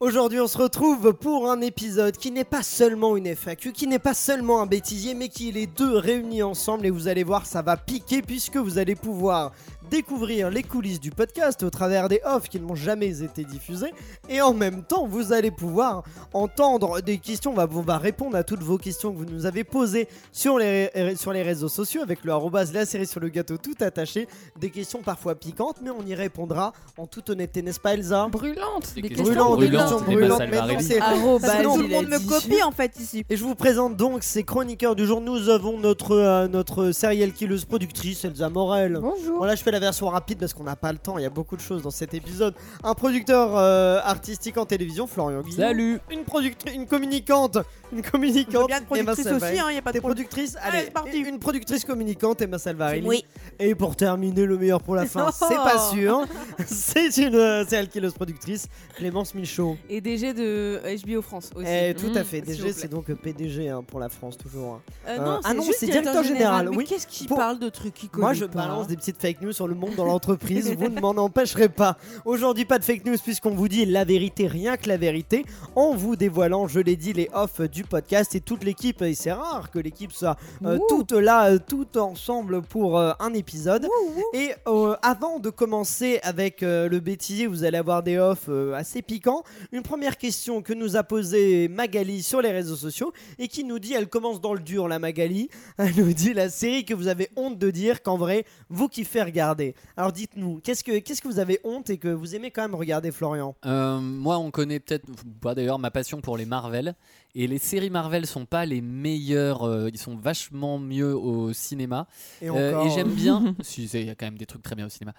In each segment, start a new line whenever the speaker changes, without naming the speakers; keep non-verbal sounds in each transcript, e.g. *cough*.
Aujourd'hui, on se retrouve pour un épisode qui n'est pas seulement une FAQ, qui n'est pas seulement un bêtisier, mais qui est les deux réunis ensemble. Et vous allez voir, ça va piquer puisque vous allez pouvoir découvrir les coulisses du podcast au travers des offs qui n'ont jamais été diffusées. Et en même temps, vous allez pouvoir entendre des questions. On va, on va répondre à toutes vos questions que vous nous avez posées sur les, ré- sur les réseaux sociaux avec le arrobase la série sur le gâteau tout attaché. Des questions parfois piquantes, mais on y répondra en toute honnêteté, n'est-ce pas, Elsa
Brûlante,
Des
des
questions
questions
Brûlant, des
brûlantes,
questions
des
brûlantes,
masses
mais non,
Alvarez.
c'est-
Sinon,
Bah, il
tout le monde me copie en fait ici.
Et je vous présente donc ces chroniqueurs du jour. Nous avons notre, euh, notre serial killeuse productrice, Elsa Morel.
Bonjour.
Bon là je fais la version rapide parce qu'on n'a pas le temps, il y a beaucoup de choses dans cet épisode. Un producteur euh, artistique en télévision, Florian Guillaume.
Salut
Une productrice, une communicante, une
Je veux
communicante.
bien être
Emma
productrice
Salvari.
aussi, hein, y a pas de
T'es
problème.
productrice
Allez,
Allez,
c'est parti.
une productrice communicante, Emma Salvarelli.
Oui.
Et pour terminer, le meilleur
*laughs*
pour la fin,
Oh.
c'est pas sûr. *laughs* c'est une euh, serial killeuse productrice, Clémence Michaud.
Et DG de euh, HBO France aussi.
Eh, tout à
Mm.
Mmh,
fait.
s'il
DG,
vous plaît.
c'est donc euh, PDG hein, pour la France, toujours. hein.
Euh,
euh,
non,
ah
c'est
non,
juste
c'est
directeur,
directeur général,
Mais
oui.
qu'est-ce qu'il
Pour-
parle de trucs qu'il connaît
Moi, je
pas hein.
balance des petites fake news sur le monde dans l'entreprise.
*laughs*
vous ne m'en empêcherez pas. Aujourd'hui, pas de fake news puisqu'on vous dit la vérité, rien que la vérité, en vous dévoilant, je l'ai dit, les offs du podcast et toute l'équipe. Et c'est rare que l'équipe soit euh,
Ouh.
toute là, euh, toute ensemble pour euh, un épisode. Et euh, avant de commencer avec euh, le bêtisier, vous allez avoir des offs euh, assez piquants. Une première question que nous a posée Magali sur les réseaux sociaux et qui nous dit, elle commence dans le dur, la Magali. Elle nous dit la série que vous avez honte de dire qu'en vrai, vous kiffez regarder. Alors dites-nous, qu'est-ce que, qu'est-ce que vous avez honte et que vous aimez quand même regarder, Florian
Euh, moi, on connaît peut-être, pas d'ailleurs, ma passion pour les Marvel. Et les séries Marvel sont pas les meilleures. euh, ils sont vachement mieux au cinéma.
Et
Euh,
encore,
et
*laughs*
j'aime bien. si, c'est- il y a quand même des trucs très bien au cinéma.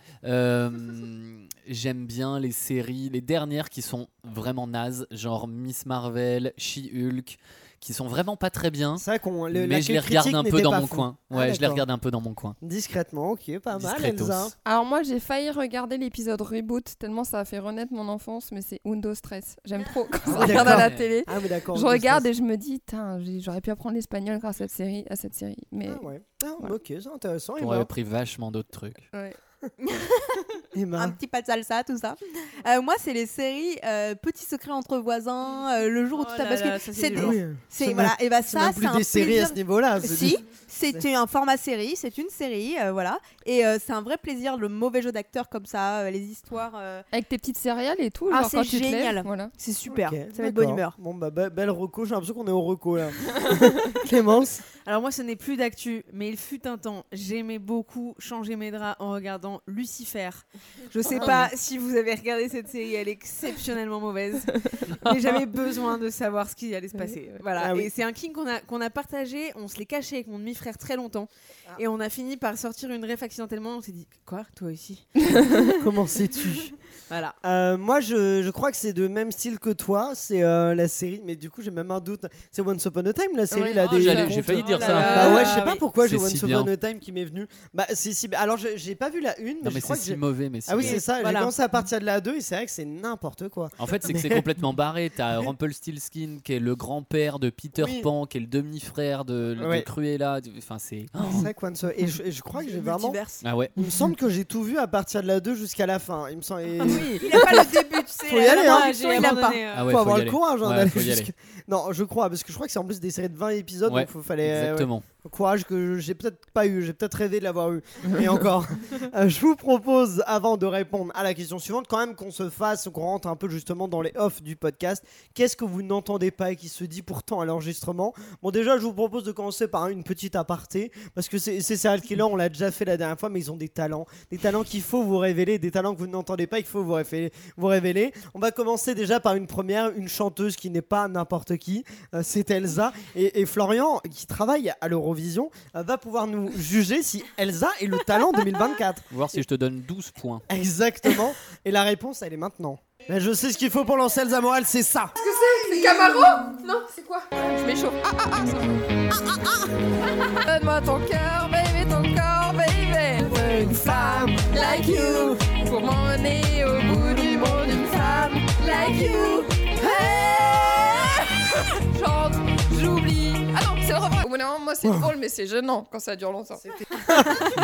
Euh, j'aime bien les séries, les dernières qui sont vraiment nazes, genre Miss Marvel, She-Hulk, qui sont vraiment pas très bien.
c'est vrai qu'on le- la
Hein mais je les
critique
regarde un peu
n'était
dans
pas
mon
fou.
coin.
Ah,
Ouais, je
d'accord.
les
Ah, bah,
regarde un peu dans mon coin.
Discrètement, ok, pas mal,
Discretos.
Elsa.
Alors moi j'ai failli regarder l'épisode reboot tellement ça a fait renaître mon enfance mais c'est Undo Stress. J'aime trop quand
Ah,
on regarde à la
d'accord.
télé.
Ah, mais d'accord.
Je
on
regarde
se
et je me dis, Tain, j'ai- j'aurais pu apprendre l'espagnol grâce à cette série, à cette série. Mais
laisse. Ah, ouais. Ah,
Voilà.
ok, c'est intéressant.
J'aurais
Emma.
appris vachement d'autres trucs.
ouais.
Emma.
Un petit pas de salsa, tout ça. Euh, moi, c'est les séries euh, Petits secrets entre voisins, euh, Le jour où
Oh
tout
là
a basculé.
là, ça, c'est
C'est
du
des-
lourd.
Ah Oui.
c'est-
C'est
voilà. Et bah
C'est même
ça, c'est
plus
un
des séries à
plaisir.
ce niveau-là. c'est-
Si, c'était un format série, c'est une série, euh, voilà. Et euh, c'est un vrai plaisir, le mauvais jeu d'acteur comme ça, euh, les histoires. euh,
Avec tes petites céréales et tout.
Ah,
genre
c'est
quand tu te
génial.
lèves, voilà.
c'est super,
Ok,
ça va être
d'accord.
bonne humeur.
Bon, bah, be- belle reco, j'ai l'impression qu'on est au reco
*laughs*
là. Clémence
Alors moi, ce n'est plus d'actu, mais il fut un temps. J'aimais beaucoup changer mes draps en regardant Lucifer. Je sais pas
Ah.
si vous avez regardé cette série, elle est exceptionnellement
*laughs*
mauvaise. Mais j'avais besoin de savoir ce qui allait se passer. Voilà.
Ah oui.
Et c'est un king qu'on a, qu'on a partagé. On se l'est caché avec mon demi-frère très longtemps.
Ah.
Et on a fini par sortir une ref accidentellement. On s'est dit, quoi, toi aussi
Ah, Comment sais-tu
Voilà.
Euh, moi, je, je crois que c'est de même style que toi. C'est euh, la série, mais du coup, j'ai même un doute. C'est Once Upon a Time, la série
Ouais,
là
oh,
des.
j'allais-
des
Ah, j'ai failli
contes.
dire
Oh là
ça.
là.
Bah ouais, je sais
Ah
pas
oui.
pourquoi j'ai
C'est
Once
si
Upon
bien.
a Time qui m'est venu. Bah, si, si. Alors, je- j'ai pas vu la une, mais
Non,
je
mais
crois
c'est
que
si
j'ai.
mauvais, mais
Ah oui,
bien.
c'est ça. J'ai
Voilà.
commencé à partir de la 2 et c'est vrai que c'est n'importe quoi.
En fait,
*laughs*
c'est que c'est
Mais-
complètement barré. T'as Rumpelstiltskin qui est le grand-père de Peter
Oui.
Pan, qui est le demi-frère de, de
Ouais. Oh,
Cruella. Enfin, c'est.
C'est vrai que Once- et, je, et je crois que j'ai vraiment.
Multiverse.
Ah ouais.
Il me semble que j'ai tout vu à partir de la 2 jusqu'à la fin. Il me semble.
Ah
et-
Il a pas le début, tu sais.
Faut y aller, hein.
la production, il a pas.
Ah ouais,
faut
faut
avoir
y
le
aller.
courage hein,
Ouais,
d'aller
faut y aller.
jusque- Non, je crois, parce que je crois que c'est en plus des séries de 20 épisodes,
Ouais,
donc faut- fallait. ouais.
Exactement.
Courage que je- j'ai peut-être pas eu, j'ai peut-être rêvé de l'avoir eu. Et encore, Euh, je vous propose, avant de répondre à la question suivante, quand même qu'on se fasse, qu'on rentre un peu justement dans les offs du podcast. Qu'est-ce que vous n'entendez pas et qui se dit pourtant à l'enregistrement Bon, déjà, je vous propose de commencer par une petite aparté, parce que c'est c'est Serial Killer, on l'a déjà fait la dernière fois, mais ils ont des talents. Des talents qu'il faut vous révéler, des talents que vous n'entendez pas et qu'il faut vous révéler, vous révéler. On va commencer déjà par une première, une chanteuse qui n'est pas n'importe qui, euh, c'est Elsa. Et, et Florian, qui travaille à l'Eurovision, euh, va pouvoir nous juger si Elsa est le talent 2024.
Voir si je te donne 12 points.
Exactement. Et la réponse, elle est maintenant. Mais je sais ce qu'il faut pour lancer Elsa Morel, c'est ça.
C'est Camaro Non, c'est quoi Je m'échauffe. Ah ah ah, ça va. Donne-moi ton cœur, baby, ton corps, baby. Je veux Une femme like you pour m'emmener au bout du monde. Une femme like you. Hey Chante, j'oublie. Ah non, c'est le refrain. Woman Napoléon, moi c'est drôle, mais c'est gênant quand ça dure longtemps.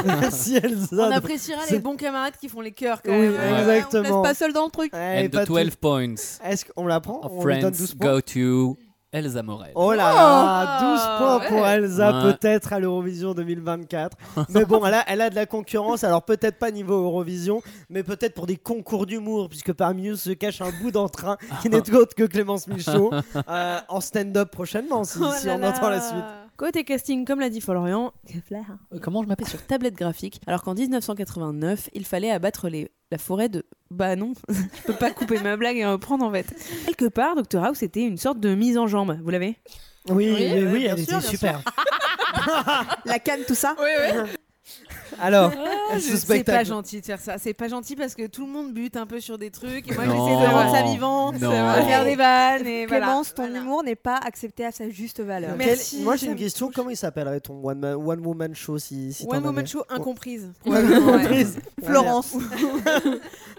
Merci Elsa.
On appréciera
c'est-
les bons camarades qui font les cœurs quand
Oui,
même. hein.
exactement.
euh, On te laisse pas seul dans le truc.
Elle est
And
pas
the
tout-
12 points
Est-ce qu'on la prend
of
On lui donne 12
France
points.
go to Elsa Morel.
Oh là
Ah,
là,
Oh,
12 points pour
ouais.
Elsa
Ouais.
peut-être à l'Eurovision 2024. mais bon, elle a, elle a de la concurrence, alors peut-être pas niveau Eurovision, mais peut-être pour des concours d'humour, puisque parmi eux se cache un bout d'entrain qui n'est autre que Clémence Michaud euh, en stand-up prochainement, si,
Oh
si
là
on entend la
là.
suite.
Côté casting, comme l'a dit Florian,
hein.
euh, comment je m'appelle sur tablette graphique, alors qu'en 1989, il fallait abattre les, la forêt de. Bah non,
*laughs* Je peux pas couper ma blague et reprendre en fait. Quelque part, Doctor House était une sorte de mise en jambe, vous l'avez
Oui,
Oui,
oui,
ouais,
oui,
bien
elle
sûr,
était
bien
super.
La canne, tout ça.
Oui, oui.
*laughs* Alors, Ah, ce
Ah, C'est pas
spectacle.
gentil de faire ça. C'est pas gentil parce que tout le monde bute un peu sur des trucs. Et moi,
Non.
j'essaie de rendre ça vivant,
Non.
de faire des vannes. Et voilà.
Clémence, ton humour n'est pas accepté à sa juste valeur.
Mais-
Quel-
Merci,
moi j'ai
ça
une
me
question, comment il s'appellerait ton one, man- one woman show si, si
One
t'en
Woman
avais
Show incomprise.
Woman *laughs*
probablement, ouais.
Prise.
Florence.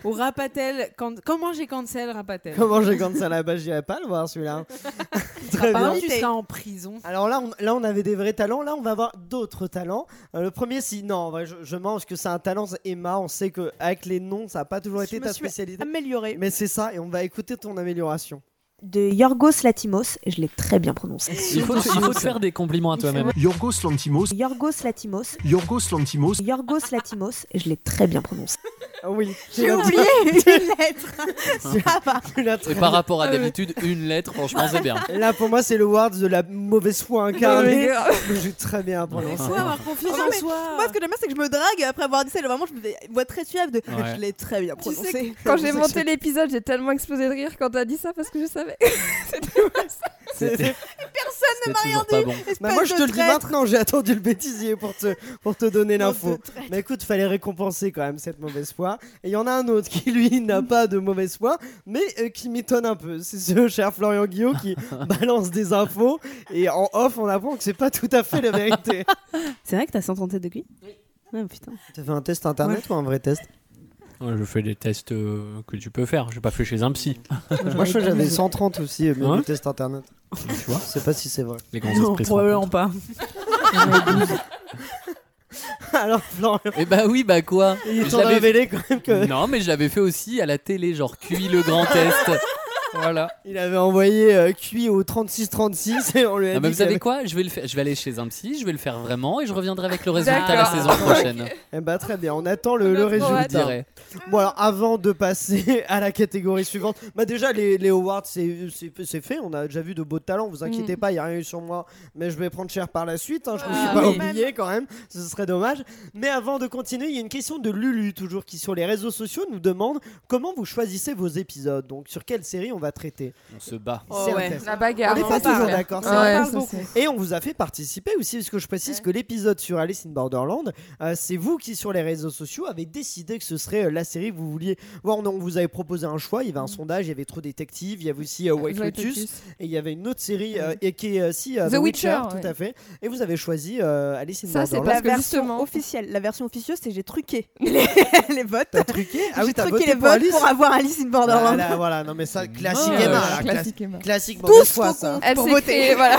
Ou Rapatel. quand- Comment j'ai cancel Rapatel
Comment j'ai quand ça là-bas, j'irai pas le voir celui-là.
Ah,
*laughs* Très
Par
bien.
exemple, tu seras en prison.
Alors là on, là, on avait des vrais talents. Là, on va avoir d'autres talents. Euh, le premier, si non, en vrai, je, je mens parce que c'est un talent. c'est Emma, on sait que avec les noms, ça n'a pas toujours
Je
été
me
ta
suis
spécialité.
Améliorée.
Mais c'est ça, et on va écouter ton amélioration.
de Yorgos Latimos, je l'ai très bien prononcé.
Il faut, il faut te faire des compliments à toi-même.
Yorgos Lantimos,
Yorgos Latimos,
Yorgos Lantimos,
Yorgos Latimos, je l'ai très bien prononcé.
Ah oui,
J'ai oublié une lettre. Ça va.
Tu l'as très
Et par rapport à d'habitude, une lettre, franchement, c'est *laughs* bien.
bien. Là, pour moi, c'est le word de la mauvaise foi incarnée. que J'ai très bien prononcé.
Faut avoir confiance
Ah,
en
mais
soi.
Moi, ce que j'aime bien, c'est que je me drague après avoir dit ça. Vraiment, je me fais une voix très suave de.
Ouais.
Je l'ai très bien
Tu
prononcé.
sais, que quand j'ai monté l'épisode, j'ai tellement explosé de rire quand t'as dit ça parce que je savais. *laughs*
C'était-
Personne ne m'a rien dit. Bon.
Bah, moi, je te le dis maintenant. J'ai attendu le bêtisier pour te, pour te donner l'info. Mais écoute, fallait récompenser quand même cette mauvaise foi. Et il y en a un autre qui, lui, *laughs* n'a pas de mauvaise foi, mais euh, qui m'étonne un peu. C'est ce *laughs* cher Florian Guillot
*laughs*
qui balance des infos. Et en off, on apprend que c'est pas tout à fait la *laughs* vérité.
c'est vrai que t'as 137 degrés Oui. Ah, putain.
T'as fait un test internet ou un vrai test
Ouais, je fais des tests euh, que tu peux faire. J'ai pas fait chez un psy.
Moi, je crois que j'avais 130 aussi, mais
Ouais.
le test internet.
Tu vois
Je sais pas si c'est vrai.
Les grands
Non,
esprits. se
probablement
rencontrent.
pas.
*laughs* Alors, Florian,
Eh bah oui, bah quoi
ils
Je
t'ont
l'avais-
révélé quand même que.
Non, mais je l'avais fait aussi à la télé, genre cuit le grand test. Voilà.
Il avait envoyé euh, QI au 36-36 et on lui a
Ah,
dit.
mais vous
qu'il
savez quoi Je vais le faire. Je vais aller chez un psy. Je vais le faire vraiment et je reviendrai avec le résultat la
D'accord.
saison prochaine.
Eh bah très bien, on attend le, le
On attend,
Je vous
ouais.
résultat.
dirai.
Bon alors avant de passer *laughs* à la catégorie suivante, bah déjà les, les awards c'est- c'est c'est fait, on a déjà vu de beaux talents, vous inquiétez pas, il n'y a rien eu sur moi, mais je vais prendre cher par la suite, hein, je ne me suis
Mm. Ah,
pas
oui.
oublié quand même, ce serait dommage. Mais avant de continuer, il y a une question de Lulu toujours qui sur les réseaux sociaux nous demande comment vous choisissez vos épisodes, donc sur quelle série on va traiter.
On se bat.
Oh
C'est la
ouais.
thèse.
La
On
bagarre.
n'est
on
pas
en parle.
toujours d'accord,
Ah,
Ouais.
c'est vrai.
parle
ça,
beaucoup.
c'est-
Et on vous a fait participer aussi, parce que je précise que l'épisode sur Alice in Borderland, euh, c'est vous qui, sur les réseaux sociaux, avez décidé que ce serait euh, la série que vous vouliez voir. Non, on vous avait proposé un choix, il y avait un
Mm.
sondage, il y avait Trop Détective, il y avait aussi euh, White
White
Lotus,
Lotus.
et il y avait une autre série
Mm.
euh, et qui est euh, si, euh,
The Witcher,
tout
ouais.
à fait. Et vous avez choisi euh, Alice in
Ça, c'est
Borderland.
parce
La
que justement-
version officielle. La version officieuse, c'est j'ai *laughs* truqué les, les votes.
T'as truqué Ah oui,
j'ai
t'as
truqué
voté
les
pour
votes
Alice
pour avoir Alice in
Ah,
Borderland.
là, Voilà, non mais ça, classique
Moche.
Emma, là, classique.
Euh, Classique Emma.
Classique,
Tous
mauvaise foi,
faux
ça.
cons.
Elle
Pour
s'est
voter.
créée, voilà.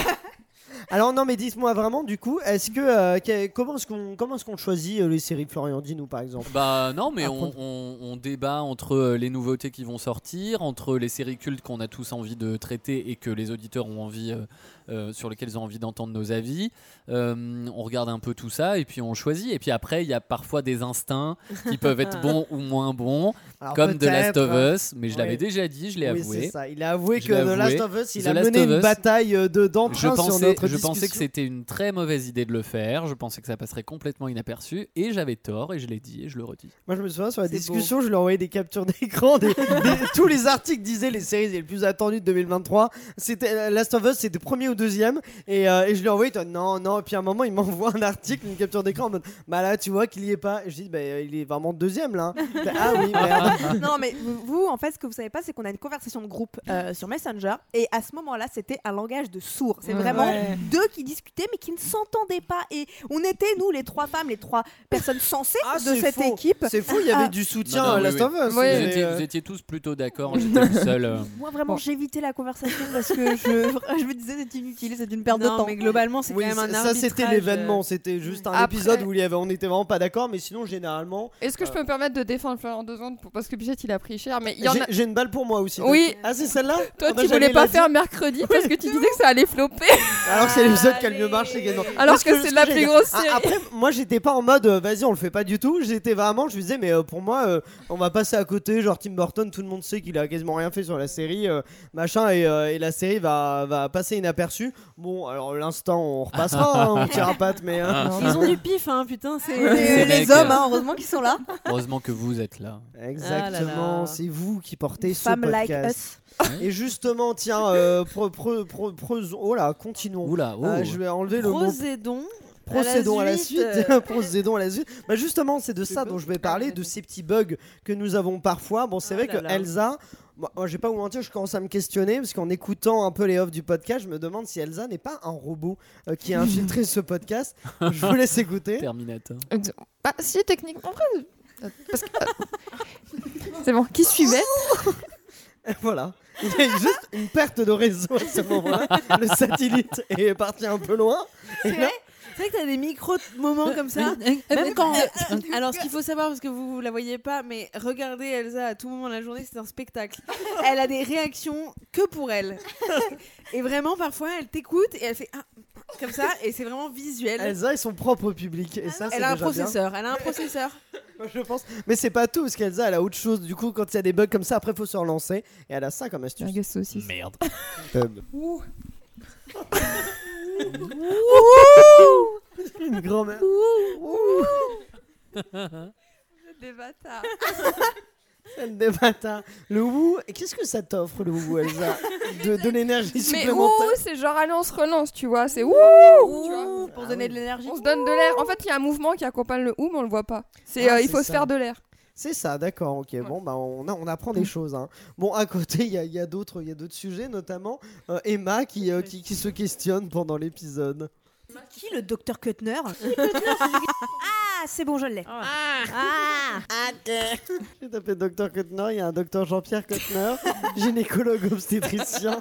Alors non mais dites-moi vraiment du coup, est-ce que euh, que- comment est-ce qu'on comment est-ce qu'on choisit euh, les séries Florian dis-nous par exemple
Bah non, mais on,
Apprendre.
on- on débat entre euh, les nouveautés qui vont sortir, entre les séries cultes qu'on a tous envie de traiter et que les auditeurs ont envie, euh, euh, sur lesquelles ils ont envie d'entendre nos avis. Euh, on regarde un peu tout ça et puis on choisit. Et puis après, il y a parfois des instincts
*laughs*
qui peuvent être bons ou moins bons,
Alors,
comme The Last
peut-être, euh,
of Us. Mais je
oui.
l'avais déjà dit, je l'ai
oui, c'est
avoué.
ça. Il a avoué
Je
que
l'ai
The Last of
avoué.
Us, il
The
a
Last
mené
of
une
Us.
bataille euh, de
Je
d'entrain sur
pensais,
notre
je pensais que
discussion.
c'était une très mauvaise idée de le faire. Je pensais que ça passerait complètement inaperçu et j'avais tort et je l'ai dit et je le redis.
Moi, je me souviens sur la
C'est
discussion, je lui ai envoyé des captures d'écran.
*laughs*
des- des- tous les articles disaient les séries les plus attendues de 2023. C'était euh, Last of Us, c'était premier ou deuxième. Et, euh, et je lui ai envoyé, il était, non, non. Et puis à un moment, il m'envoie un article, une capture d'écran en mode, bah là, tu vois qu'il y est pas. Et je dis, bah euh, il est vraiment deuxième là. Il fait, ah
*laughs*
oui, merde.
*laughs* Non, mais vous, vous, en fait, ce que vous savez pas, Mm. c'est qu'on a une conversation de groupe euh, sur Messenger. Et à ce moment-là, c'était un langage de sourd. C'est vraiment. deux qui discutaient mais qui ne s'entendaient pas. Et on était, nous, les trois femmes, les trois personnes sensées
Ah,
de
c'est
cette
faux.
équipe.
C'est fou, il y avait
Ah.
du soutien
Non, non,
à
oui,
Last
oui.
of Us.
Vous
mais,
étiez,
euh,
vous étiez tous plutôt d'accord, j'étais le seul. euh.
Moi, vraiment,
Bon.
j'évité la conversation parce que je, *laughs* je me disais c'est inutile, c'est une perte de
Non,
temps.
mais globalement, c'est
oui,
quand même un
ça c'était
arbitrage,
l'événement, c'était juste un
euh, Après-
épisode où il y avait, on était vraiment pas d'accord, mais sinon généralement,
Est-ce que je peux me permettre de défendre Florian deux secondes pour- Parce que Bichette il a pris cher, mais il y en
j'ai
a.
j'ai une balle pour moi aussi. donc-
Oui.
Ah c'est celle-là
Toi,
Ah bah,
tu
j'allais
voulais pas
la dire. Ah,
faire mercredi parce que tu disais que ça allait flopper.
Alors que c'est l'épisode qui a le mieux marché également.
Alors
Parce
que c'est
ce
la
j'allais
plus
dire-
grosse
Ah,
série.
Après, moi j'étais pas en mode euh, vas-y, on le fait pas du tout. J'étais vraiment, je me disais, mais euh, pour moi, euh, on va passer à côté. Genre, Tim Burton, tout le monde sait qu'il a quasiment rien fait sur la série, euh, machin, et, euh, et la série va, va passer inaperçue. Bon, alors l'instant, on repassera, hein, on
*laughs*
tira patte, mais. hein.
Ah.
Ils ont du *laughs* pif, hein, putain, c'est.
les, les
mecs,
hommes,
euh,
hein, heureusement qu'ils sont là.
Heureusement que vous êtes là.
Ah
Exactement,
là.
c'est vous qui portez ce
Femme like
podcast.
us.
et justement, tiens, euh, pre- pre- pre- pre- oh là, continuons.
Oula, oh.
Ah, je vais enlever le mot
Prosédon.
Procédons à la suite. *laughs*
euh,
Procédons à la suite. Bah justement, c'est de ça dont je vais parler, de ces petits bugs que nous avons parfois. Bon, c'est
Oh
vrai
là
que
là.
Elsa, moi, moi, je vais pas vous mentir, je commence à me questionner parce qu'en écoutant un peu les offs du podcast, je me demande si Elsa n'est pas un robot euh, qui a infiltré ce podcast. Je vous laisse écouter.
*laughs*
*laughs*
Terminator.
*laughs* Bah, si, techniquement. après, Euh, Parce que. C'est bon, qui suivait
voilà. Il y a juste une perte de réseau à ce moment-là. Le satellite est parti un peu loin. Et là,
C'est vrai que t'as des micro-moments comme ça. *laughs* Même quand. euh, Alors, ce qu'il faut savoir, parce que vous, vous la voyez pas, mais regardez Elsa à tout moment de la journée, c'est un *laughs* spectacle. Elle a des réactions que pour *laughs* elle. Et vraiment, parfois, elle t'écoute et elle fait. Ah, comme ça, et c'est vraiment visuel.
Elsa est son propre public. Et ça, c'est
Ah elle a un
déjà bien.
processeur, elle a un processeur.
Moi, Je pense. Mais c'est pas tout, parce qu'Elsa, elle a autre chose. Du coup, quand il y a des bugs comme ça, après, faut se relancer. Et elle a ça comme astuce.
saucisse.
Merde.
*laughs* Une grand-mère.
Des bâtards.
Celle des bâtards. Le wou. Et qu'est-ce que ça t'offre, le wou, Elsa De, de l'énergie
Mais ouh,
supplémentaire.
c'est genre allez, on se relance, tu vois. C'est ouh, tu vois.
Ouh, pour donner de l'énergie.
On se donne de l'air. En fait, il y a un mouvement qui accompagne le ou, mais on le voit pas. C'est
Ah,
euh, il
c'est
faut se
ça.
faire de l'air.
C'est ça, d'accord, ok. Bon, bah, on, a- on apprend des choses. hein. Bon, à côté, il y a, il y a d'autres il y a d'autres sujets, notamment euh, Emma qui, euh, qui, qui se questionne pendant l'épisode.
Qui le docteur Kuttner Ah, c'est bon, je l'ai. Ah.
J'ai tapé Docteur Kotner, il y a un docteur Jean-Pierre
*laughs*
Kotner, gynécologue obstétricien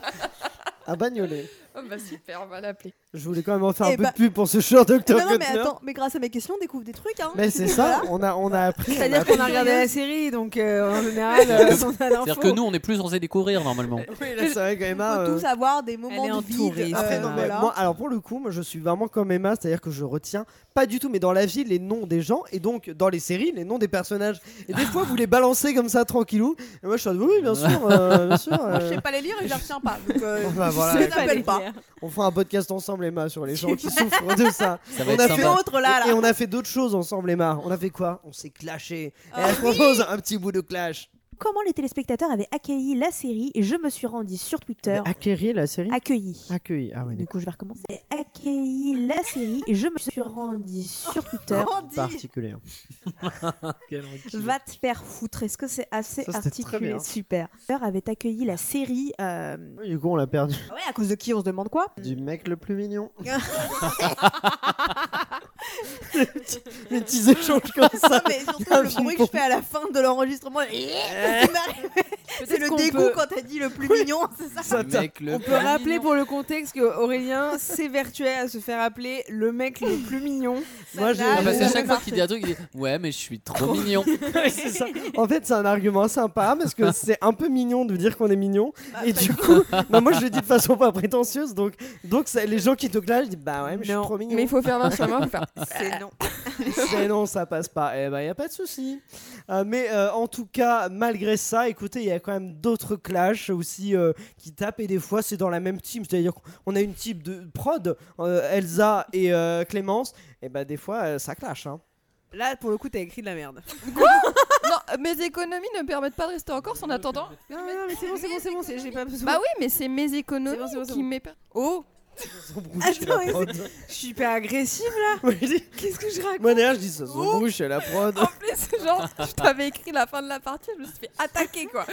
à Bagnolet.
Oh bah super, on va l'appeler.
Je voulais quand même en faire
Eh
un
bah-
peu de pub pour ce show Docteur
Non, non, mais
Kuttner.
attends, mais grâce à mes questions, on découvre des trucs. Hein.
Mais c'est
*laughs*
ça, on a, on a appris. on a
C'est-à-dire
appris.
qu'on a regardé la série, donc euh, en général, *laughs* euh, on a
C'est-à-dire
l'info.
que nous, on est plus censé découvrir normalement.
Oui, là, c'est vrai
On
qu'Emma.
peut
euh,
tous avoir des moments
Elle est en
de vide.
touriste.
Après, non, mais
euh, voilà.
moi, alors pour le coup, moi, je suis vraiment comme Emma, c'est-à-dire que je retiens pas du tout, mais dans la vie, les noms des gens et donc dans les séries, les noms des personnages. Et des fois, vous les balancez comme ça tranquillou. Et moi, je suis en mode, oui, bien sûr, euh, bien sûr. euh.
*laughs* Je sais pas les lire et je les retiens pas. Donc, euh,
Bon, bah, voilà.
je les appelle pas.
On fera un podcast ensemble, Emma, sur les gens
*laughs*
qui souffrent de ça.
Ça va
On
être
a
sympa.
fait
L'autre là,
Et
là.
on a fait d'autres choses ensemble, Emma. On a fait quoi On s'est clashé. et
Ah
elle propose un petit bout de clash.
Comment les téléspectateurs avaient accueilli la série et je me suis rendue sur Twitter
Acquérir la série
accueillie.
Accueilli. Ah oui,
Du coup, je vais recommencer. Accueilli la série et je me suis rendue sur Twitter.
Oh, particulier.
Va te faire foutre. Est-ce que c'est assez
Ça, c'était très
articulé
bien.
Super. Twitter avait accueilli la série. euh,
Du coup, on l'a perdu.
Ah Ouais, à cause de qui on se demande quoi
Du mec le plus mignon. les, petits, les petits échanges comme *laughs* ça.
Non, mais surtout
Ah,
le
ping-pong.
bruit que je fais à la fin de l'enregistrement. c'est marrant. C'est le
qu'on
dégoût
peut-
quand t'as dit le plus mignon, c'est ça
Ça t'a-
Mec, le
On peut rappeler pour le contexte que Aurélien s'évertuait à se faire appeler le mec le plus mignon.
Moi, j'ai-
Ah bah, c'est
j'ai-
à chaque fois qu'il dit un truc, il dit Ouais, mais je suis trop mignon.
Ouais, c'est ça. En fait, c'est un argument sympa parce que c'est un peu mignon de dire qu'on est mignon.
Ah,
et du coup, non, moi je le dis de façon pas prétentieuse. Donc, donc ça- les gens qui te clashent disent Bah ouais, mais je suis
Non,
trop mignon.
Mais il faut faire main sur main, faut faire.
C'est non.
*laughs* Mais non, ça passe pas. Eh ben, y a pas de souci. Euh, mais euh, en tout cas, malgré ça, écoutez, il y a quand même d'autres clashs aussi euh, qui tapent et des fois c'est dans la même team. C'est-à-dire qu'on a une team de prod, euh, Elsa et euh, Clémence. Et ben des fois euh, ça clash. Hein.
Là, pour le coup, t'as écrit de la merde.
Non, euh, mes économies ne me permettent pas de rester en Corse en attendant.
Ah,
Non, non, mais c'est bon, c'est bon, c'est bon, c'est- j'ai pas besoin.
Bah oui, Bah mais c'est mes économies *laughs*
C'est bon, c'est bon, c'est
qui
bon.
m'épargnent.
Oh
Son brouche, la
Attends,
prod. *laughs*
Je suis pas agressive là Qu'est-ce que je raconte
Bah,
Moi d'ailleurs je dis ça, son brouche, la prod.
Oh.
En plus, c'est genre, *laughs* je t'avais écrit la fin de la partie, je me suis fait attaquer quoi.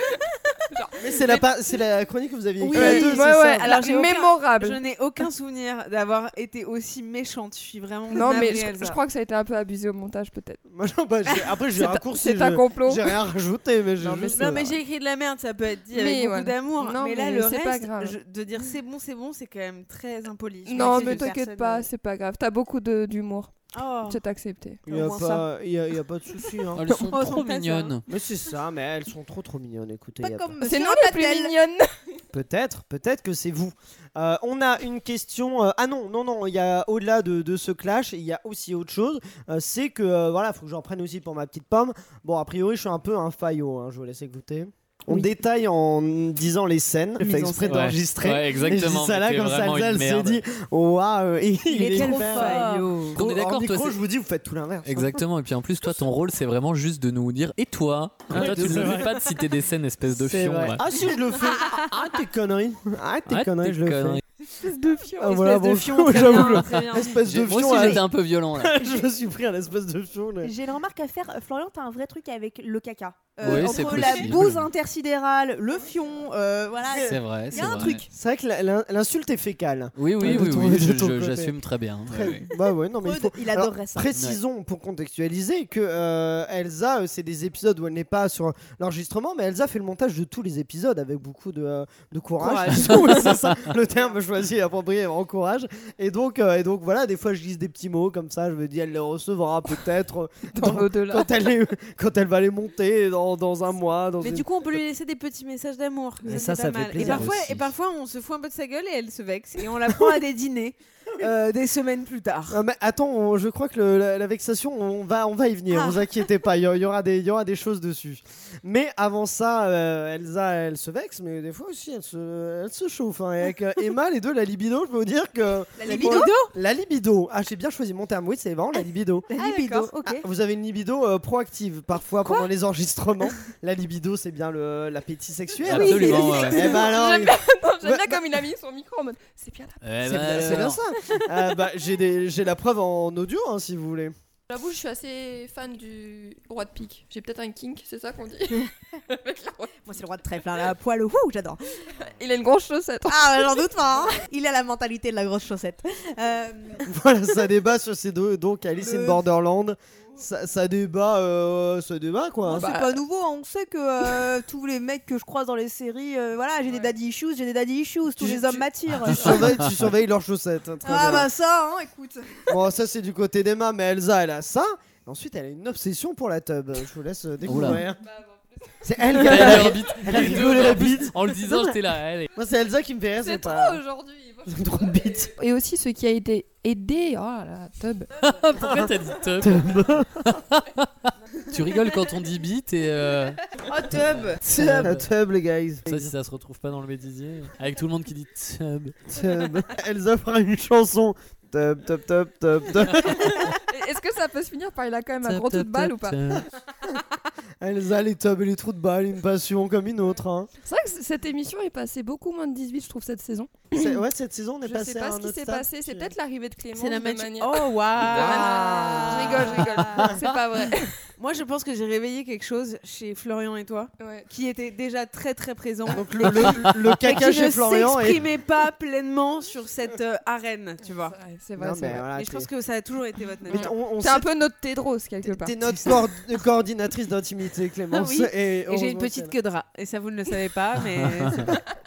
Mais c'est la, pa- c'est la chronique que vous aviez écrite.
Oui,
à
oui,
deux,
oui,
c'est
ouais,
ça.
ouais. Alors,
Alors,
j'ai aucun- Je
mémorable.
n'ai aucun souvenir d'avoir été aussi méchante. Je suis vraiment.
Non, mais
navrée,
je,
Elsa.
je crois que ça a été un peu abusé au montage peut-être.
*laughs* Moi, non, bah, j'ai- après j'ai
C'est un-
raccourci.
C'est un
je-
complot.
J'ai rien rajouté, mais j'ai
Non, mais
juste.
Non, mais j'ai écrit de la merde, ça peut être dit
Mais
avec beaucoup
voilà.
d'amour.
Non,
mais là,
mais
le
c'est
reste,
pas grave.
je- de dire c'est bon, c'est bon, c'est quand même très impoli. Je
Non,
m'excuse
mais
de
t'inquiète
personne.
pas, c'est pas grave. T'as beaucoup de- d'humour.
Oh.
*laughs* Je t'ai accepté.
Il n'y a,
au moins
pas- y a- y a pas de souci.
*laughs*
Hein.
Oh, Elles sont
Oh, elles
trop
sont très
mignonnes.
mais c'est ça, mais elles sont trop trop mignonnes. Écoutez, y
Pas
a
comme
C'est
Monsieur
nous les plus
Rapatel.
mignonnes. *laughs*
Peut-être, peut-être que c'est vous. Euh, on a une question. euh, ah non, non, non. Il y a au-delà de, de ce clash, il y a aussi autre chose. euh, c'est que euh, voilà, faut que j'en prenne aussi pour ma petite pomme. Bon, a priori, je suis un peu un faillot. hein, je vous laisse écouter. On détaille en disant les scènes. Je fais exprès
Ouais.
d'enregistrer.
Ouais,
Et je
exactement.
dis ça là
t'es
comme ça,
vraiment
Elsa, elle
une
se
merde.
dit waouh, il, est
quel
trop fort.
faillot.
On est
En
d'accord, toi,
micro,
c'est-
je vous dis, vous faites tout l'inverse. hein.
Exactement, et puis en plus, toi, ton rôle, c'est vraiment juste de nous dire Et toi Ah, Toi, tu
c'est
ne
vrai.
veux pas de citer des scènes, espèce de
C'est
fion.
vrai.
ouais.
Ah si je le fais. Ah tes conneries. Ah tes
Arrête
conneries,
tes
je le
conneries.
fais.
de fion.
Ah voilà, bon, *laughs* j'avoue le- espèce
J'ai-
de
Moi
fion.
aussi,
là,
j'étais un peu violent là.
*laughs* je me suis pris un espèce de fion. là.
J'ai une remarque à faire. Euh, Florian, t'as un vrai truc avec le caca.
Ouais,
Euh, entre
c'est
la
possible.
bouse intersidérale, le fion, euh, voilà.
C'est vrai,
Il
c'est
y a un
vrai.
truc.
C'est vrai que la- la- l'insulte est fécale.
Oui, oui,
De
oui,
ton-
oui,
de
je-
ton
je-
côté.
j'assume très bien. ouais,
Très-
ouais.
Bah ouais, non mais il faut.
Freud, il
Alors,
adorerait ça.
Précisons pour contextualiser que euh, Elsa, euh, c'est des épisodes où elle n'est pas sur l'enregistrement, mais Elsa fait le montage de tous les épisodes avec beaucoup de, euh, de courage. *laughs* Oui, c'est ça, le terme choisi et approprié, en courage. Et donc, euh, et donc voilà, des fois je glisse des petits mots comme ça, je me dis elle les recevra peut-être
Dans
dans-
l'au-delà.
quand, elle les- quand elle va les monter dans, dans un mois. Dans
Mais
une-
du coup, on peut lui laisser des petits messages d'amour.
Mais ça,
c'est
ça
pas
fait
mal.
plaisir
Et parfois,
aussi.
et parfois, on se fout un peu de sa gueule et elle se vexe. Et on la prend à des dîners euh, des semaines plus tard.
Ah, mais attends, on- je crois que le- la, la vexation, on va, on va y venir,
Ah.
vous inquiétez pas, il y, il y aura des, il y aura des choses dessus. Mais avant ça, euh, Elsa, elle se vexe, mais des fois aussi, elle se, elle se chauffe. hein. Et avec euh, Emma, les deux, la libido, je peux vous dire que.
La libido
La libido Ah, j'ai bien choisi mon terme, oui, c'est vraiment la libido.
La
libido,
Ah, vous avez une libido euh, proactive parfois pendant les enregistrements. la libido, c'est bien le- l'appétit sexuel. *laughs*
Absolument, ouais.
Eh ben alors,
J'aime
il-
Attends, J'aime bien comme il a mis son micro en mode c'est bien là.
Eh
c'est
ben
bien, c'est bien
alors.
ça. Ah, bah, j'ai des- j'ai la preuve en audio, hein, si vous voulez.
J'avoue, je suis assez fan du roi de pique. J'ai peut-être un kink, c'est ça *laughs* qu'on dit. Avec la roi-
Moi, c'est le roi de trèfle, hein, la poêle, wouh, j'adore.
Il a une grosse chaussette.
Ah, bah, j'en doute pas. hein. Il a la mentalité de la grosse chaussette. Euh,
*laughs* voilà, ça débat sur ces deux. Donc, Alice in Borderland, ça, ça débat, euh, ça débat quoi.
Ah,
bon,
bah.
c'est pas nouveau, hein, on sait que euh, tous les mecs que je croise dans les séries, euh, voilà, j'ai des daddy issues, j'ai des daddy issues, tous
Tu-
les hommes
tu-
m'attirent.
tu, surveilles, tu surveilles leurs chaussettes. hein, très
Ah,
bien.
bah ça, hein, écoute.
bah.
Bon, ça c'est du côté d'Emma, mais Elsa, elle a ça. Et ensuite, elle a une obsession pour la tub. Je vous laisse euh, découvrir.
bah,
C'est elle qui
Elle
a
a
la
leur bite.
elle a
Les deux,
rigolé la
en plus,
bite.
En le disant, j'étais là. allez.
Moi, c'est Elsa qui me fait rire,
C'est
c'est
trop
pas.
aujourd'hui.
Trop de bite.
Et aussi ce qui a été aidé. Oh là là, Tub.
Pourquoi t'as dit top *laughs* Tu rigoles quand on dit bite et. euh,
Oh, tub.
C'est la tub, les guys.
Ça, si ça se retrouve pas dans le médisier. Avec tout le monde qui dit tub.
Tub. *laughs* Elsa fera une chanson. Tub, tub, tub, tub, tub. *laughs*
Est-ce que ça peut se finir par il a quand même un gros trou de balle ou pas
Elsa, les tubs et les trous de balle, une passion comme une autre. hein.
C'est vrai que c- cette émission est passée beaucoup moins de 18, je trouve, cette saison.
C'est- Ouais, cette saison, on est
Je
passé
sais
à
pas
un
ce qui
autre
s'est
stade.
passé. C'est
Tu-
peut-être l'arrivée de Clément.
C'est la
de
match.
manière-
Oh, waouh
Ah.
Je rigole, je *laughs* rigole. C'est pas vrai.
Moi, je pense que j'ai réveillé quelque chose chez Florian et toi,
Ouais.
qui était déjà très très présent.
Ah, Donc le, le- le
et
caca
qui ne
chez Florian et.
s'exprimait pas pleinement sur cette euh, arène, tu vois.
Ouais, C'est
Non,
vrai, c'est
mais
vrai.
voilà,
Et je
Ah, t'es-
pense que ça a toujours été votre
mais
nature.
on- on
C'est
sait-
un peu notre Tédros, quelque part.
T'es notre coord- coordinatrice d'intimité,
Ah
Clémence.
oui.
Et,
Et j'ai une
heureusement
petite queue de rat, et ça vous ne le savez
*laughs*
pas, mais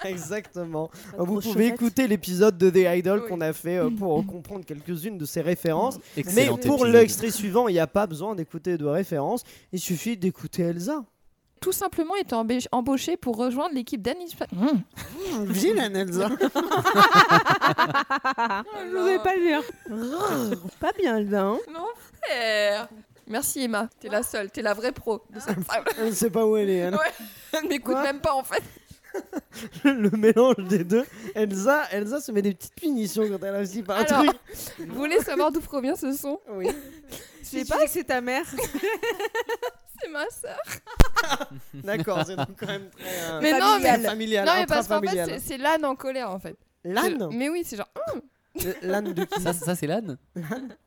qu'elle- Exactement.
Pas de
Ah, Vous
grosse
pouvez
chaussette.
écouter l'épisode de The Idol
Oui.
qu'on a fait euh, pour comprendre quelques-unes de ses références. Mais
Excellent
pour
épisode.
l'extrait suivant, il n'y a pas besoin d'écouter de références. Il suffit d'écouter Elsa.
Tout simplement été embé- embauché pour rejoindre l'équipe d'Anis.
Vilaine *laughs* Elsa.
je n'osais pas le dire.
Pas bien, là.
Non, frère. Merci Emma, t'es la seule, t'es la vraie pro de cette femme.
Je ne sais pas où elle est. hein. elle.
Elle m'écoute
Quoi
même pas en fait.
*laughs* Le mélange des deux. Elsa, Elsa se met des petites punitions quand elle réussit par un
Alors.
truc.
Vous voulez savoir d'où provient ce son
Oui.
Je sais pas que c'est ta mère.
C'est ma sœur.
D'accord, c'est donc quand même très. euh,
Mais non, mais
familial,
non mais parce qu'en fait
intrafamilial.
c'est- c'est l'âne en colère en fait.
L'âne
Mais oui, c'est genre
Euh, L'âne de
*laughs*
qui
Ça, ça c'est l'âne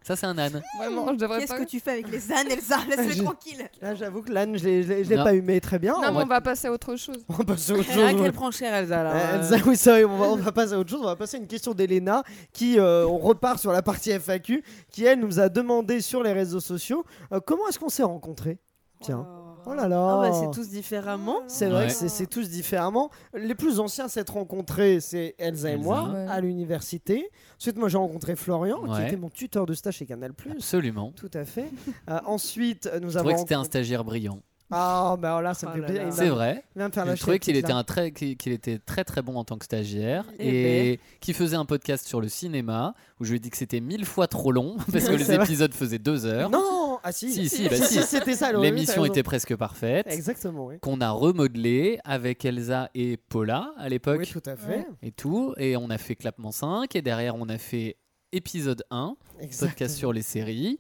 Ça, c'est un âne.
vraiment, je devrais
Qu'est-ce
pas.
que tu fais avec les ânes, Elsa
Ah,
Laisse-les
J'ai-
tranquilles.
Là, j'avoue que l'âne, je l'ai- je l'ai je l'ai
Non.
pas eu, mais très bien.
Non,
on
mais
va-
on va passer à autre chose.
on va passer à autre
*laughs*
C'est vrai
chose.
qu'elle prend cher Elsa là.
Euh,
euh.
Elsa, oui, c'est vrai, on va, on va passer à autre chose. On va passer à une question d'Elena qui, euh, on repart sur la partie FAQ, qui elle nous a demandé sur les réseaux sociaux euh, comment est-ce qu'on s'est rencontrés. Tiens, oh là là.
Ah bah, c'est tous différemment.
C'est vrai
Ouais.
que c'est- c'est tous différemment. Les plus anciens s'être rencontrés, c'est Elsa et
Elsa.
moi
Ouais.
à l'université. Ensuite, moi j'ai rencontré Florian, qui
Ouais.
était mon tuteur de stage chez Canal+.
Absolument.
Tout à fait. *laughs* Euh, ensuite, nous
Je
avons.
trouvais que c'était un
rencontré-
stagiaire brillant.
Ah, bah alors là, ça me
Oh
fait
là
plaisir.
là.
Il va-
C'est vrai.
il va me faire
Je
lâcher
trouvais
la
qu'il
petite
était,
là.
un très, qu'il qu'il était très très bon en tant que stagiaire
Eh
et, qui faisait un podcast sur le cinéma où je lui ai dit que c'était mille fois trop long *laughs* parce
C'est
que les
vrai.
épisodes faisaient deux heures.
Non, ah si. *laughs*
Si, si, bah si.
c'était ça. alors oui,
L'émission
t'as raison.
était presque parfaite.
Exactement, oui.
Qu'on a remodelé avec Elsa et Paula à l'époque
Oui, tout à fait.
et tout. Et on a fait Clapement 5 et derrière on a fait épisode 1, podcast sur les séries.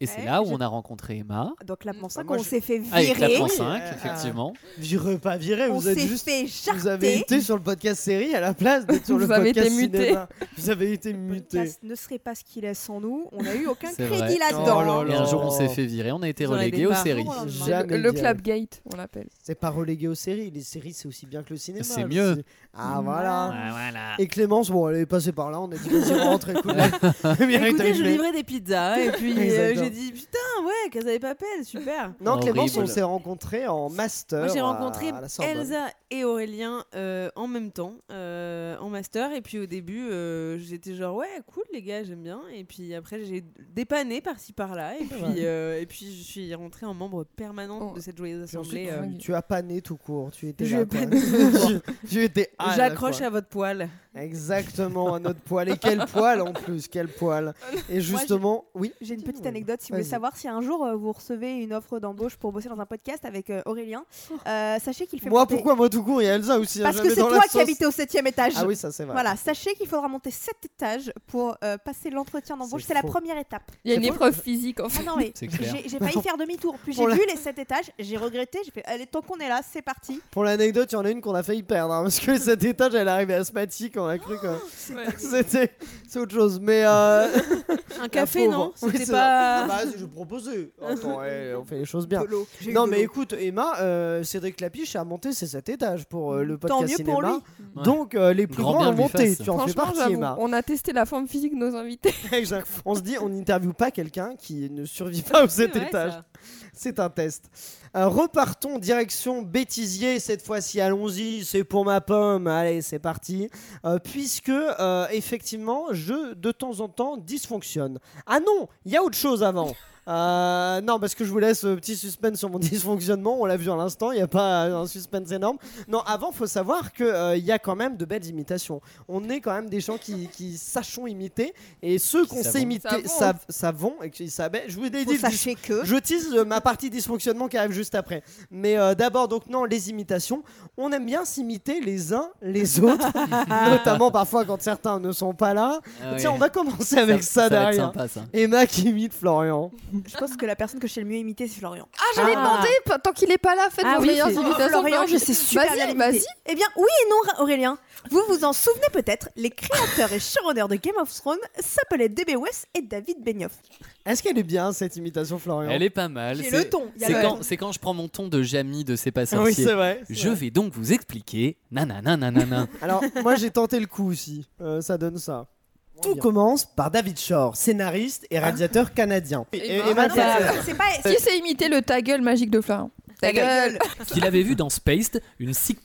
Et c'est
Eh,
Ouais,
là où
je-
on a rencontré Emma.
Donc là, pour ça
Bah, moi,
qu'on
je-
s'est fait
Avec
virer,
Clapement 5,
Oui, euh,
effectivement.
Viré, pas viré,
on
vous êtes
s'est
juste.
fait
Vous avez
jarter.
été sur le podcast série à la place d'être sur le
Vous avez
podcast
été muté.
cinéma. Vous avez été
Le
muté.
podcast ne serait pas ce qu'il est sans nous. On a eu aucun
C'est
crédit
Oh
vrai.
là
là-dedans.
là.
Et un jour on s'est fait virer, on a été
Vous aurez des
relégué aux
parents,
séries.
alors.
Jamais
Le, le
viré.
Clapgate, on l'appelle.
C'est pas relégué aux séries. Les séries, c'est aussi bien que le cinéma.
C'est
Je
mieux.
sais. Ah voilà.
Ah, voilà.
Et Clémence, bon, elle est passée par là. On a dit vas-y, rentre, écoute. *laughs* Eh elle mérite
Écoutez,
un
je
clé.
livrais des pizzas et puis euh,
Exactement.
j'ai dit putain ouais, qu'elles avaient pas pelle, super.
Non,
Horrible.
Clémence, on s'est rencontrés en master.
Moi j'ai
à-
rencontré
à la Sorbonne.
Elsa et Aurélien euh, en même temps euh, en master et puis au début euh, j'étais genre ouais cool les gars j'aime bien et puis après j'ai dépanné par-ci par-là et puis euh, et puis je suis rentrée en membre permanente
Oh.
de cette joyeuse
Puis ensuite,
assemblée.
tu-
euh.
tu, as pané tout court. Tu étais
Je
là,
ai
quoi.
pané tout court.
Tu- *laughs* tu étais à Ah, la,
J'accroche
quoi.
à
*laughs*
votre poil.
Exactement, à notre poil. Et quel poil en plus, quel
*laughs*
poil. Et justement, oui.
J'ai une petite
Dis-moi.
anecdote. Si vous voulez
Vas-y.
savoir si un jour euh, vous recevez une offre d'embauche pour bosser dans un podcast avec euh, Aurélien, euh, sachez qu'il fait
Oh. Moi,
monter-
pourquoi moi tout court et Elsa aussi hein,
Parce que
jamais
c'est
dans la
toi qui
sauce.
habitais au septième étage.
Ah oui, ça c'est vrai.
Voilà, sachez qu'il faudra monter sept étages pour euh, passer l'entretien d'embauche.
C'est
C'est la
faux.
première étape.
Il y a une
C'est faux.
épreuve physique en
Ah
fait.
non, mais
C'est clair.
j'ai j'ai failli faire demi-tour. Puis j'ai
Pour la-
vu les sept étages, j'ai regretté. J'ai fait, allez, tant qu'on est là, c'est parti.
Pour l'anecdote, il y en a une qu'on a failli perdre. hein, parce
*laughs*
que cet étage, elle est arrivée asthmatique, on a cru que c'était c'est autre chose. Mais. euh,
Un café,
pauvre.
non
Oui,
C'était
c'est *laughs*
pas.
Ah bah, je *laughs* proposais. Attends, ouais, on fait les choses bien.
J'ai eu
Non,
de
mais
l'eau.
écoute, Emma, euh, Cédric Lapiche a monté ses sept étages pour euh, le podcast
Tant mieux pour
cinéma.
lui.
Ouais.
Donc, euh, les plus
Grand
grands
bien
l'ont
lui
monté.
fasse.
Tu en fais
Franchement,
partie,
j'avoue,
*laughs*
Emma.
on a testé la forme physique de nos invités.
Exact. on se dit, on n'interviewe pas quelqu'un qui ne survit pas aux sept
C'est vrai,
étages.
ça.
C'est un test. Euh, repartons direction bêtisier cette fois-ci. Allons-y, c'est pour ma pomme. Allez, c'est parti. Euh, puisque euh, effectivement, je de temps en temps dysfonctionne. Ah non, il y a autre chose avant. Euh, non, parce que je vous laisse euh, petit suspense sur mon *laughs* dysfonctionnement. On l'a vu à l'instant, il n'y a pas euh, un suspense énorme. Non, avant, faut savoir qu'il y a quand même de belles imitations. On est quand même des gens qui, qui sachons imiter. Et ceux qu'on sait
savons.
imiter
Savons.
savent, savons. Et qui savent. Je vous ai dit
Faut
le dys-
sachez que.
je tease euh, ma partie dysfonctionnement qui arrive juste après. Mais euh, d'abord, donc, non, les imitations. On aime bien s'imiter les uns *laughs* les autres, notamment parfois quand certains ne sont pas là.
Ah
Tiens,
oui.
on va commencer avec ça,
va être
derrière.
sympa, ça.
Emma qui imite Florian.
Je
*laughs*
pense que la personne que je sais le mieux imiter, c'est Florian.
Ah, j'allais demander, p- tant qu'il est pas là, faites
Ah
vos
oui,
meilleures
c'est-
imitations.
Florian,
Florian.
je sais super
Vas-y,
bien l'imiter.
vas-y.
Eh bien, oui et non, Ra- Aurélien. Vous vous en souvenez peut-être, les créateurs et showrunners de Game of Thrones s'appelaient DB West et David Benioff.
Est-ce qu'elle est bien cette imitation, Florian
Elle est pas mal.
J'ai
c'est-
le ton. il y a
C'est
le
quand,
ton.
c'est quand je prends mon ton de Jamie de C'est pas
Ah Oui,
sorcier.
c'est vrai. c'est
je
vrai.
vais donc vous expliquer. Nanana, nanana.
Alors, moi, j'ai tenté le coup aussi. Euh, ça donne ça. Tout commence par David Shore, scénariste et réalisateur canadien.
Et
Et-
ben,
Emma,
Non,
t'as-
mais c'est- c'est pas-
Qui sait imiter le ta gueule magique de Florian Ta gueule
Qu'il avait vu dans Spaced une sic.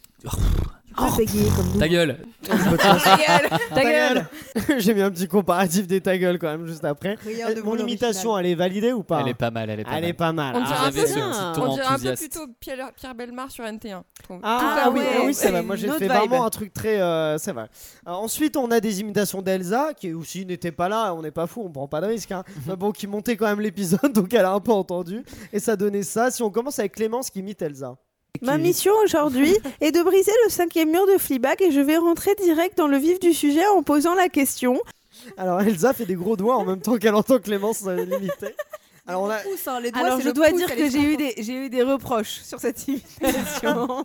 Oh, Peggy, comme nous.
Ta gueule.
*laughs* Ta gueule Ta gueule
*laughs* J'ai mis un petit comparatif des ta gueule quand même juste après.
Rien de
Euh, Mon
bon
imitation, elle est validée ou pas
Elle est pas mal, elle est pas
Elle
mal.
est pas mal.
On
Ah,
dirait un
j'avais
peu
ce
bien.
petit ton
On dirait un peu
enthousiaste.
plutôt Pierre, Pierre Belmar sur NT1. je trouve.
Ah,
Tout à
oui,
fait.
ah oui, c'est vrai. Moi,
Une
j'ai
autre
fait
vibe.
vraiment un truc très. euh, c'est vrai. Euh, ensuite, on a des imitations d'Elsa, qui aussi n'était pas là. On n'est pas fou, on prend pas de risque.
*laughs*
hein. Mais bon, qui montait quand même l'épisode, *laughs* donc elle a un peu entendu. Et ça donnait ça. Si on commence avec Clémence qui imite Elsa. Et qui-
Ma mission aujourd'hui est de briser le cinquième mur de Fleabag et je vais rentrer direct dans le vif du sujet en posant la question.
Alors, Elsa fait des gros doigts en même temps qu'elle entend Clémence euh, l'imiter. Alors, on a.
Pouce, hein, les doigts,
Alors
c'est
je
le
dois
pouce,
dire
elle
que
est
j'ai eu des j'ai eu des
*laughs*
reproches sur cette imitation.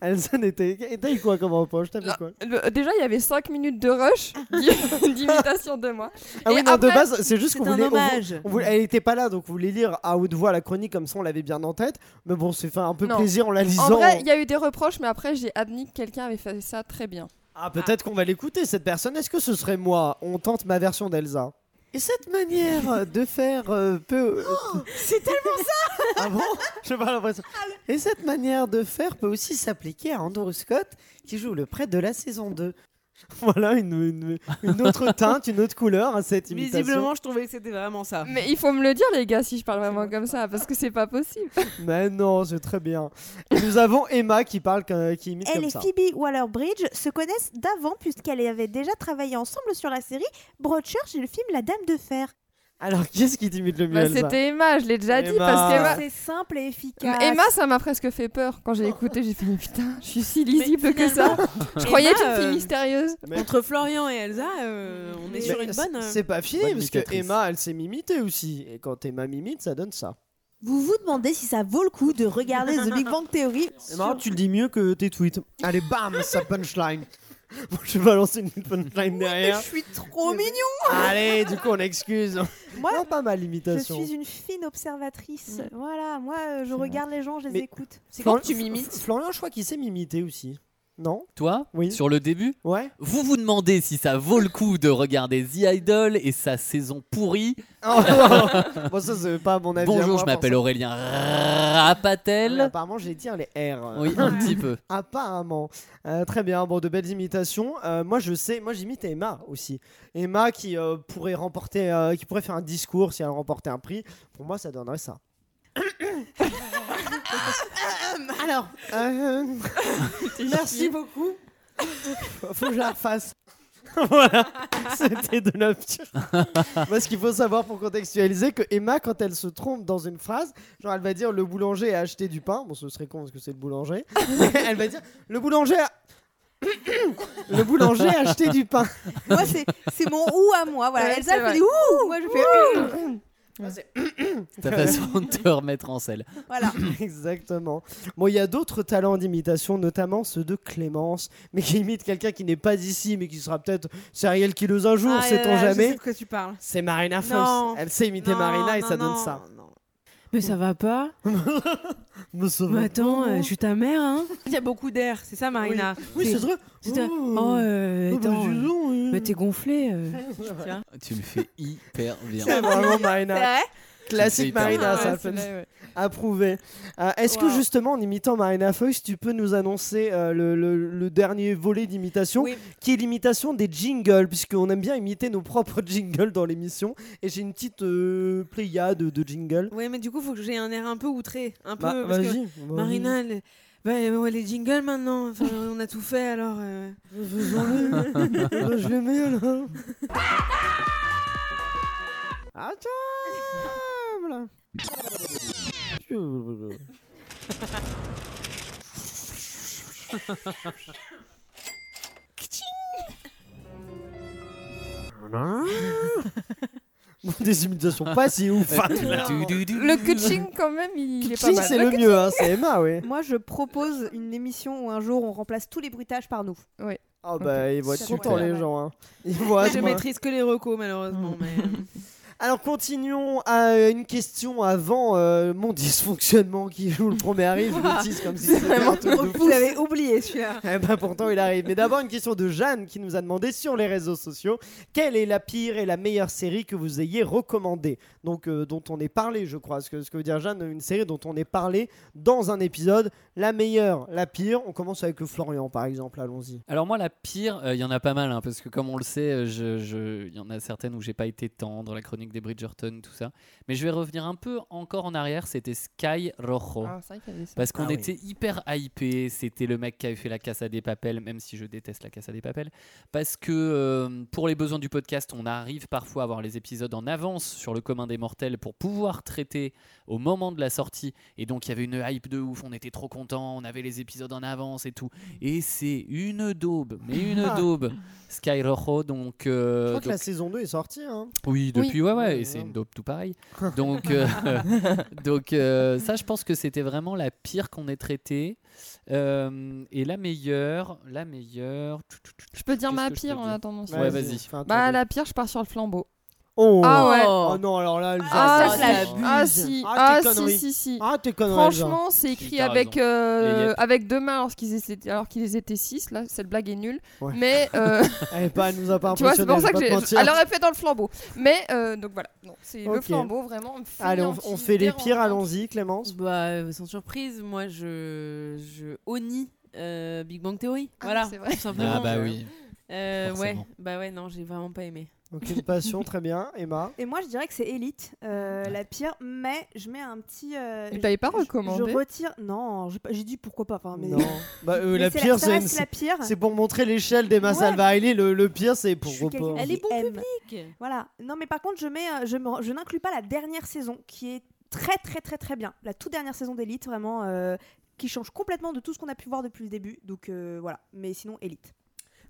Alison était. T'as eu quoi comme reproche T'as fait
Ah,
quoi
le- déjà, il y avait 5 minutes de rush *laughs* d'i- d'imitation de moi.
Ah oui,
Et
non, de
après-
base, c'est juste qu'on voulait. on vou- on voulait- elle était pas là, donc vous voulez lire à haute voix la chronique comme ça, on l'avait bien en tête. Mais bon, c'est fait un peu
Non.
plaisir en la lisant.
En vrai, il y a eu des reproches, mais après, j'ai admis que quelqu'un avait fait ça très bien.
Ah, peut-être qu'on va l'écouter cette personne. Est-ce que ce serait moi On tente ma version d'Elsa. Et cette manière de faire euh, peu.
C'est tellement
*laughs* ah bon Je pas l'impression. Et cette manière de faire peut aussi s'appliquer à Andrew Scott qui joue le prêtre de la saison 2. *laughs* Voilà une, une- une autre teinte, une autre couleur à cette imitation. Mm.
Visiblement, je trouvais que c'était vraiment ça.
Mais il faut me le dire, les gars, si je parle vraiment comme ça, parce que c'est pas possible.
Mais non, c'est très bien. Et nous avons Emma qui parle, que- qui imite
Elle
comme
et
ça.
Phoebe Waller-Bridge se connaissent d'avant puisqu'elles avaient déjà travaillé ensemble sur la série Broadchurch et le film La Dame de Fer.
Alors, qu'est-ce qui t'imite le mieux
Bah,
Elsa
C'était Emma, je l'ai déjà dit,
Emma.
parce
Ah,
qu'Emma.
C'est simple et efficace.
Emma, ça m'a presque fait peur. Quand j'ai écouté, j'ai fait putain, je suis si lisible que ça. Je
Emma,
croyais être
bah,
une
euh,
fille mystérieuse.
Entre Florian et Elsa, euh, on est
Mais
sur une bonne.
C'est pas fini,
bonne
parce que
imitatrice.
Emma, elle s'est mimiter aussi. Et quand Emma mimite, ça donne ça.
Vous vous demandez si ça vaut le coup de regarder The Big Bang Theory
C'est marrant, tu le dis mieux que tes tweets. Allez, bam, ça punchline. *laughs* Bon, je vais balancer une punchline derrière.
Je suis trop mignon.
Allez, du coup, on
*laughs*
excuse.
Moi,
non, pas mal
Je
l'imitation.
suis une fine observatrice. Voilà, moi, euh, je regarde les gens, je les
Mais-
écoute.
C'est
Flan-
quand tu m'imites.
Florian, je crois qu'il sait m'imiter aussi. Non
Toi,
Oui.
sur le début,
*laughs* Ouais
vous vous demandez si ça vaut le coup de regarder The Idol et sa saison pourrie.
Oh, non. Bon, ça, c'est pas mon avis. à
Bonjour,
moi,
je m'appelle
forcément.
Aurélien
Mais
Rapatel.
Apparemment, j'ai dit les R.
Oui, un
*laughs*
petit peu.
Apparemment. Euh, très bien, bon, de belles imitations. Euh, moi, je sais, moi, j'imite Emma aussi. Emma qui euh, pourrait remporter, euh, qui pourrait faire un discours si elle remportait un prix. Pour moi, ça donnerait ça. Alors, euh, merci beaucoup. Faut que je la refasse. *laughs* voilà, c'était de la pure. Parce qu'il faut savoir pour contextualiser que Emma, quand elle se trompe dans une phrase, genre elle va dire le boulanger a acheté du pain. Bon, ce serait con parce que c'est le boulanger. *laughs* elle va dire le boulanger a... *coughs* le boulanger a acheté du pain. *laughs*
Moi, c'est c'est mon ou à moi. Voilà,
Ouais,
Elsa
c'est
elle
vrai.
fait des ouh, moi je fais ouh.
Ta façon de te remettre en selle.
Voilà.
Exactement. Bon, il y a d'autres talents d'imitation, notamment ceux de Clémence, mais qui imite quelqu'un qui n'est pas ici, mais qui sera peut-être Serial Killers un jour,
Ah, là,
euh,
sait-on
là, Je
jamais.
sais de quoi tu parles.
C'est Marina
Non.
Foïs. Elle sait imiter
Non,
Marina et
non,
ça donne
non,
ça.
non. Mais ça va pas.
Me sauve.
Mais attends, euh, je suis ta mère, hein. Il y a beaucoup d'air, c'est ça, Marina.
Oui, c'est
C'est-
vrai.
c'est ta-
Oh.
Oh, euh,
Oh, bah,
attends,
dis
euh,
donc, euh.
mais t'es gonflé. euh.
Tu le fais hyper bien.
C'est vraiment Marina.
C'est
Classique
hyper
Marina,
Ah,
Ah,
bien.
ça.
Ouais,
fait-
celui-là, ouais.
Approuvé. Euh, Est-ce que
Wow.
justement, en imitant Marina Foïs, tu peux nous annoncer euh, le, le- le dernier volet d'imitation,
Oui.
qui est l'imitation des jingles, puisqu'on aime bien imiter nos propres *laughs* jingles dans l'émission, et j'ai une petite euh, pléiade de, de jingles.
Ouais, mais du coup, faut que j'ai un air un peu outré. Un peu.
Bah,
parce que
vas-y. *laughs*
Marina, elle- bah, euh, ouais, les jingles maintenant. Enfin, *laughs* on a tout fait alors. euh.
Faisons-le. Eh ben, je le mets alors.
Ah,
À table. Des imitations pas si ouf.
*laughs* Du- du- du-
Le coaching, quand même, il est pas
Si,
mal.
c'est le mieux, hein, c'est Emma, oui.
Moi, je propose une émission où un jour on remplace tous les bruitages par nous.
Ah bah ils voient
C'est
tout le
trop
temps
bien.
les gens. Hein. Ils voient
je
tout le temps.
maîtrise que les recos, malheureusement. mais, euh,
Alors continuons à euh, une question avant euh, mon dysfonctionnement qui joue le premier arrive, je le tease
*laughs*
comme si c'était un truc de fou.
Vous l'avez oublié celui-là.
Eh ben, pourtant il arrive. Mais d'abord une question de Jeanne qui nous a demandé sur les réseaux sociaux quelle est la pire et la meilleure série que vous ayez recommandée. Donc euh, dont on est parlé je crois. Ce que, ce que veut dire Jeanne, une série dont on est parlé dans un épisode. La meilleure, la pire. On commence avec le Florian par exemple, allons-y.
Alors moi, la pire, euh, il y en a pas mal, hein, parce que comme on le sait, euh, je- je- il y en a certaines où j'ai pas été tendre, la chronique des Bridgerton, tout ça. Mais je vais revenir un peu encore en arrière, c'était Sky Rojo.
Ah, c'est vrai qu'il y avait ça.
Parce qu'on
Ah oui.
était hyper hypé, c'était le mec qui avait fait la Casa des Papels, même si je déteste la Casa des Papels. Parce que euh, pour les besoins du podcast, on arrive parfois à avoir les épisodes en avance sur le commun des mortels pour pouvoir traiter au moment de la sortie. Et donc il y avait une hype de ouf, on était trop contents, on avait les épisodes en avance et tout. Et c'est une daube,
*laughs*
mais une daube. Sky Rojo, donc. euh,
Je crois que la
donc-
saison 2 est sortie. Hein.
oui, depuis, ouais, ouais, et c'est une dope tout *laughs* pareil. Donc, euh, donc euh, ça, je pense que c'était vraiment la pire qu'on ait traitée. Euh, et la meilleure, la meilleure.
Je peux dire
Qu'est-ce
ma
que je peux
pire en
dire
attendant.
Ouais, vas-y.
fais un
Bah,
tour de-
la pire, je pars sur le flambeau.
Oh.
Ah ouais.
Oh non, alors là, Elsa,
Ah,
ça,
si.
c'est-
Ah si,
Ah,
ah,
tes conneries.
si, si, si.
Ah, t'es connerie.
Franchement, c'est
Si,
écrit
t'as
avec,
Les
euh,
yep.
avec deux mains alors qu'ils étaient, alors qu'ils étaient six. Là, cette blague est nulle.
Ouais. *laughs*
Mais euh,
Elsa. Elle, est pas, elle nous a pas
*laughs* tu vois, c'est
impressionnés,
pour
je vais
ça que
pas te
j'ai.
mentir.
Elle aurait fait dans le flambeau. Mais euh, donc voilà, non, c'est le
Ok.
flambeau vraiment. me finit
Allez, on,
en
on
petit
fait les
dérangement.
pires, allons-y, Clémence.
Bah, euh, sans surprise, moi je, je honnie euh, Big Bang Theory.
Ah,
voilà,
c'est vrai.
tout simplement.
Ah bah oui.
Euh, ouais,
forcément.
bah ouais, non, j'ai vraiment pas aimé.
Aucune passion, très bien. Emma.
Et moi, je dirais que c'est Elite, euh, la pire, mais je mets un petit. euh,
Et t'avais pas
je- je-
recommandé
Je retire. Non, j'ai pas- j'ai dit pourquoi pas. Enfin, *laughs* mais...
*laughs*
Non. Bah, euh,
mais
la
c'est
pire,
ça
c'est
reste la pire.
c'est pour montrer l'échelle des masses
Ouais.
Alvarelli. Le, le pire, c'est
Je
pour
suis quelqu'un
repos.
qui
Elle est bon
aime. Voilà. Non, mais par contre, je mets, euh, je, me- je n'inclus pas la dernière saison qui est très très très très bien. La toute dernière saison d'Elite, vraiment, euh, qui change complètement de tout ce qu'on a pu voir depuis le début. Donc euh, voilà. Mais sinon, Elite.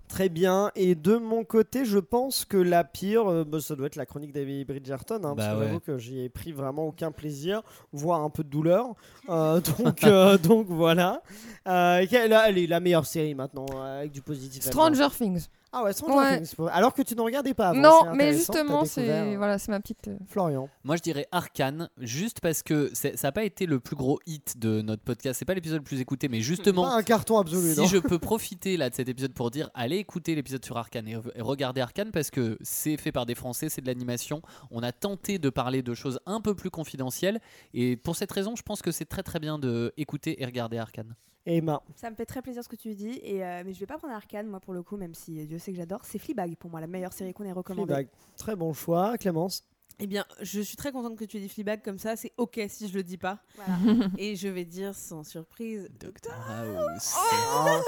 Très bien. Et de mon côté, je pense que la pire, euh, bah, ça doit être la chronique d'Amy Bridgerton. hein, parce
Bah
que
ouais.
j'avoue que j'y ai pris vraiment aucun plaisir, voire un peu de douleur. Euh, donc,
*laughs*
euh, donc voilà. Euh, quelle- allez, la meilleure série maintenant, euh, avec du positif. là-dedans.
Stranger Things.
Ah ouais, Stranger
Ouais.
Things. Alors que tu ne regardais pas avant.
non,
Ah c'est
mais
intéressant, t'as
justement,
découvert,
c'est
euh,
voilà, c'est ma petite. euh,
Florian.
Moi, je dirais Arcane, juste parce que c'est- ça n'a pas été le plus gros hit de notre podcast. C'est pas l'épisode le plus écouté, mais justement,
Pas un carton absolu, non
si je peux profiter là de cet épisode pour dire allez écouter l'épisode sur Arkane et, et regardez Arkane parce que c'est fait par des Français, c'est de l'animation. On a tenté de parler de choses un peu plus confidentielles et pour cette raison, je pense que c'est très très bien de écouter et regarder Arkane.
Emma.
Ça me fait très plaisir ce que tu dis, et euh, mais je vais pas prendre Arcane moi pour le coup, même si euh, Dieu sait que j'adore. C'est Fleabag pour moi la meilleure série qu'on ait recommandée.
Fleabag. Très bon choix, Clémence.
Eh bien, je suis très contente que tu aies dit Fleabag comme ça, c'est ok si je le dis pas.
Voilà.
*laughs* Et je vais dire sans surprise.
Doctor House.
Ah,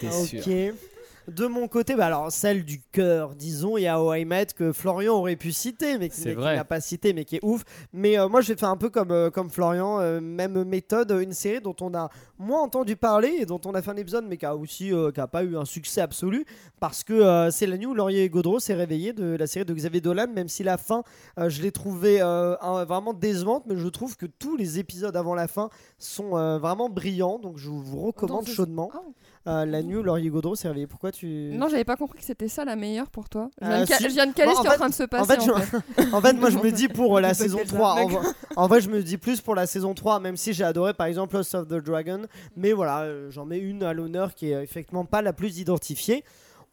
J'étais oh, sûr.
ok. De mon côté, bah alors celle du cœur, disons, il y a How I Met que Florian aurait pu citer, mais qui
C'est
mais qui
vrai.
n'a pas cité, mais qui est ouf. Mais euh, moi, je vais faire un peu comme, euh, comme Florian, euh, même méthode, une série dont on a moins entendu parler et dont on a fait un épisode, mais qui a aussi euh, qui a pas eu un succès absolu, parce que euh, c'est la nuit où Laurier et Gaudreau s'est réveillé de la série de Xavier Dolan, même si la fin, euh, je l'ai trouvée euh, un- vraiment décevante, mais je trouve que tous les épisodes avant la fin sont euh, vraiment brillants, donc je vous recommande
ce-
chaudement.
Ah.
Euh, la nuit où Laurier Gaudreau s'est réveillé. Pourquoi tu.
Non, j'avais pas compris que c'était ça la meilleure pour toi. Je viens
Euh,
de ca-
si-
je viens de caler
Bon,
ce
en
qui est en
fait-
train de se
en
passer.
fait, je-
en
*laughs*
fait.
en fait, moi je me dis pour euh, la
Peut-être
saison
là,
3. En,
d'accord.
vrai- en vrai, je me dis plus pour la saison 3, même si j'ai adoré par exemple Lost of the Dragon. Mais voilà, euh, j'en mets une à l'honneur qui est euh, effectivement pas la plus identifiée.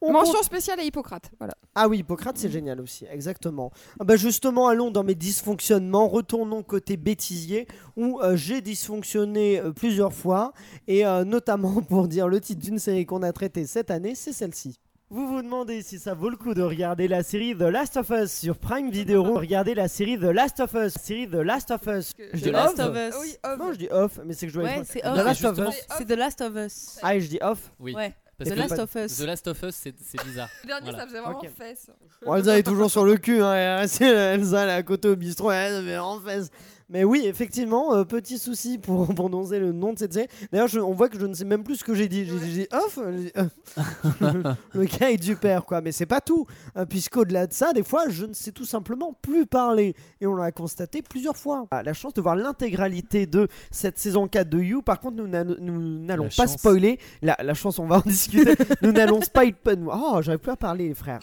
On
Mention spéciale à Hippocrate. Voilà.
ah oui, Hippocrate, c'est génial aussi, exactement. Ah bah justement, allons dans mes dysfonctionnements, retournons côté bêtisier, où euh, j'ai dysfonctionné euh, plusieurs fois, et euh, *laughs* notamment pour dire le titre d'une série qu'on a traitée cette année, c'est celle-ci. Vous vous demandez si ça vaut le coup de regarder la série The Last of Us sur Prime Video. Regardez la série The Last of Us, série The Last of Us.
Je
Je
dis
dis
Last
off
Us.
Oui,
Non, Ah, je dis off, mais c'est que je dois
Ouais,
être-
c'est
The
off.
Last of
Justement.
Us.
C'est The Last of Us.
Ah, et je dis off.
Oui.
Ouais.
Parce
Et
The
puis
que
Last of Us.
The Last of Us, c'est c'est bizarre.
Le dernier,
Voilà.
ça faisait vraiment
Ok.
fesse.
Bon, Elsa est toujours sur le cul, hein. elle- *laughs* Elsa elle est à côté au bistrot, elle mais en face. Mais oui, effectivement, euh, petit souci pour *laughs* prononcer le nom de cette série. D'ailleurs, je- on voit que je ne sais même plus ce que j'ai dit. J'ai j'ai dit off j'ai dit, euh. *laughs* Le cas est du père, quoi. Mais c'est pas tout, euh, puisqu'au-delà de ça, des fois, je ne sais tout simplement plus parler. Et on l'a constaté plusieurs fois. Ah, la chance de voir l'intégralité de cette saison 4 de You. Par contre, nous n'a- nous n'allons
La
pas
chance.
spoiler. La, la chance, on va en *laughs* discuter. nous n'allons spoil pas. nous- Oh, j'arrive plus à parler,
*laughs*
frère.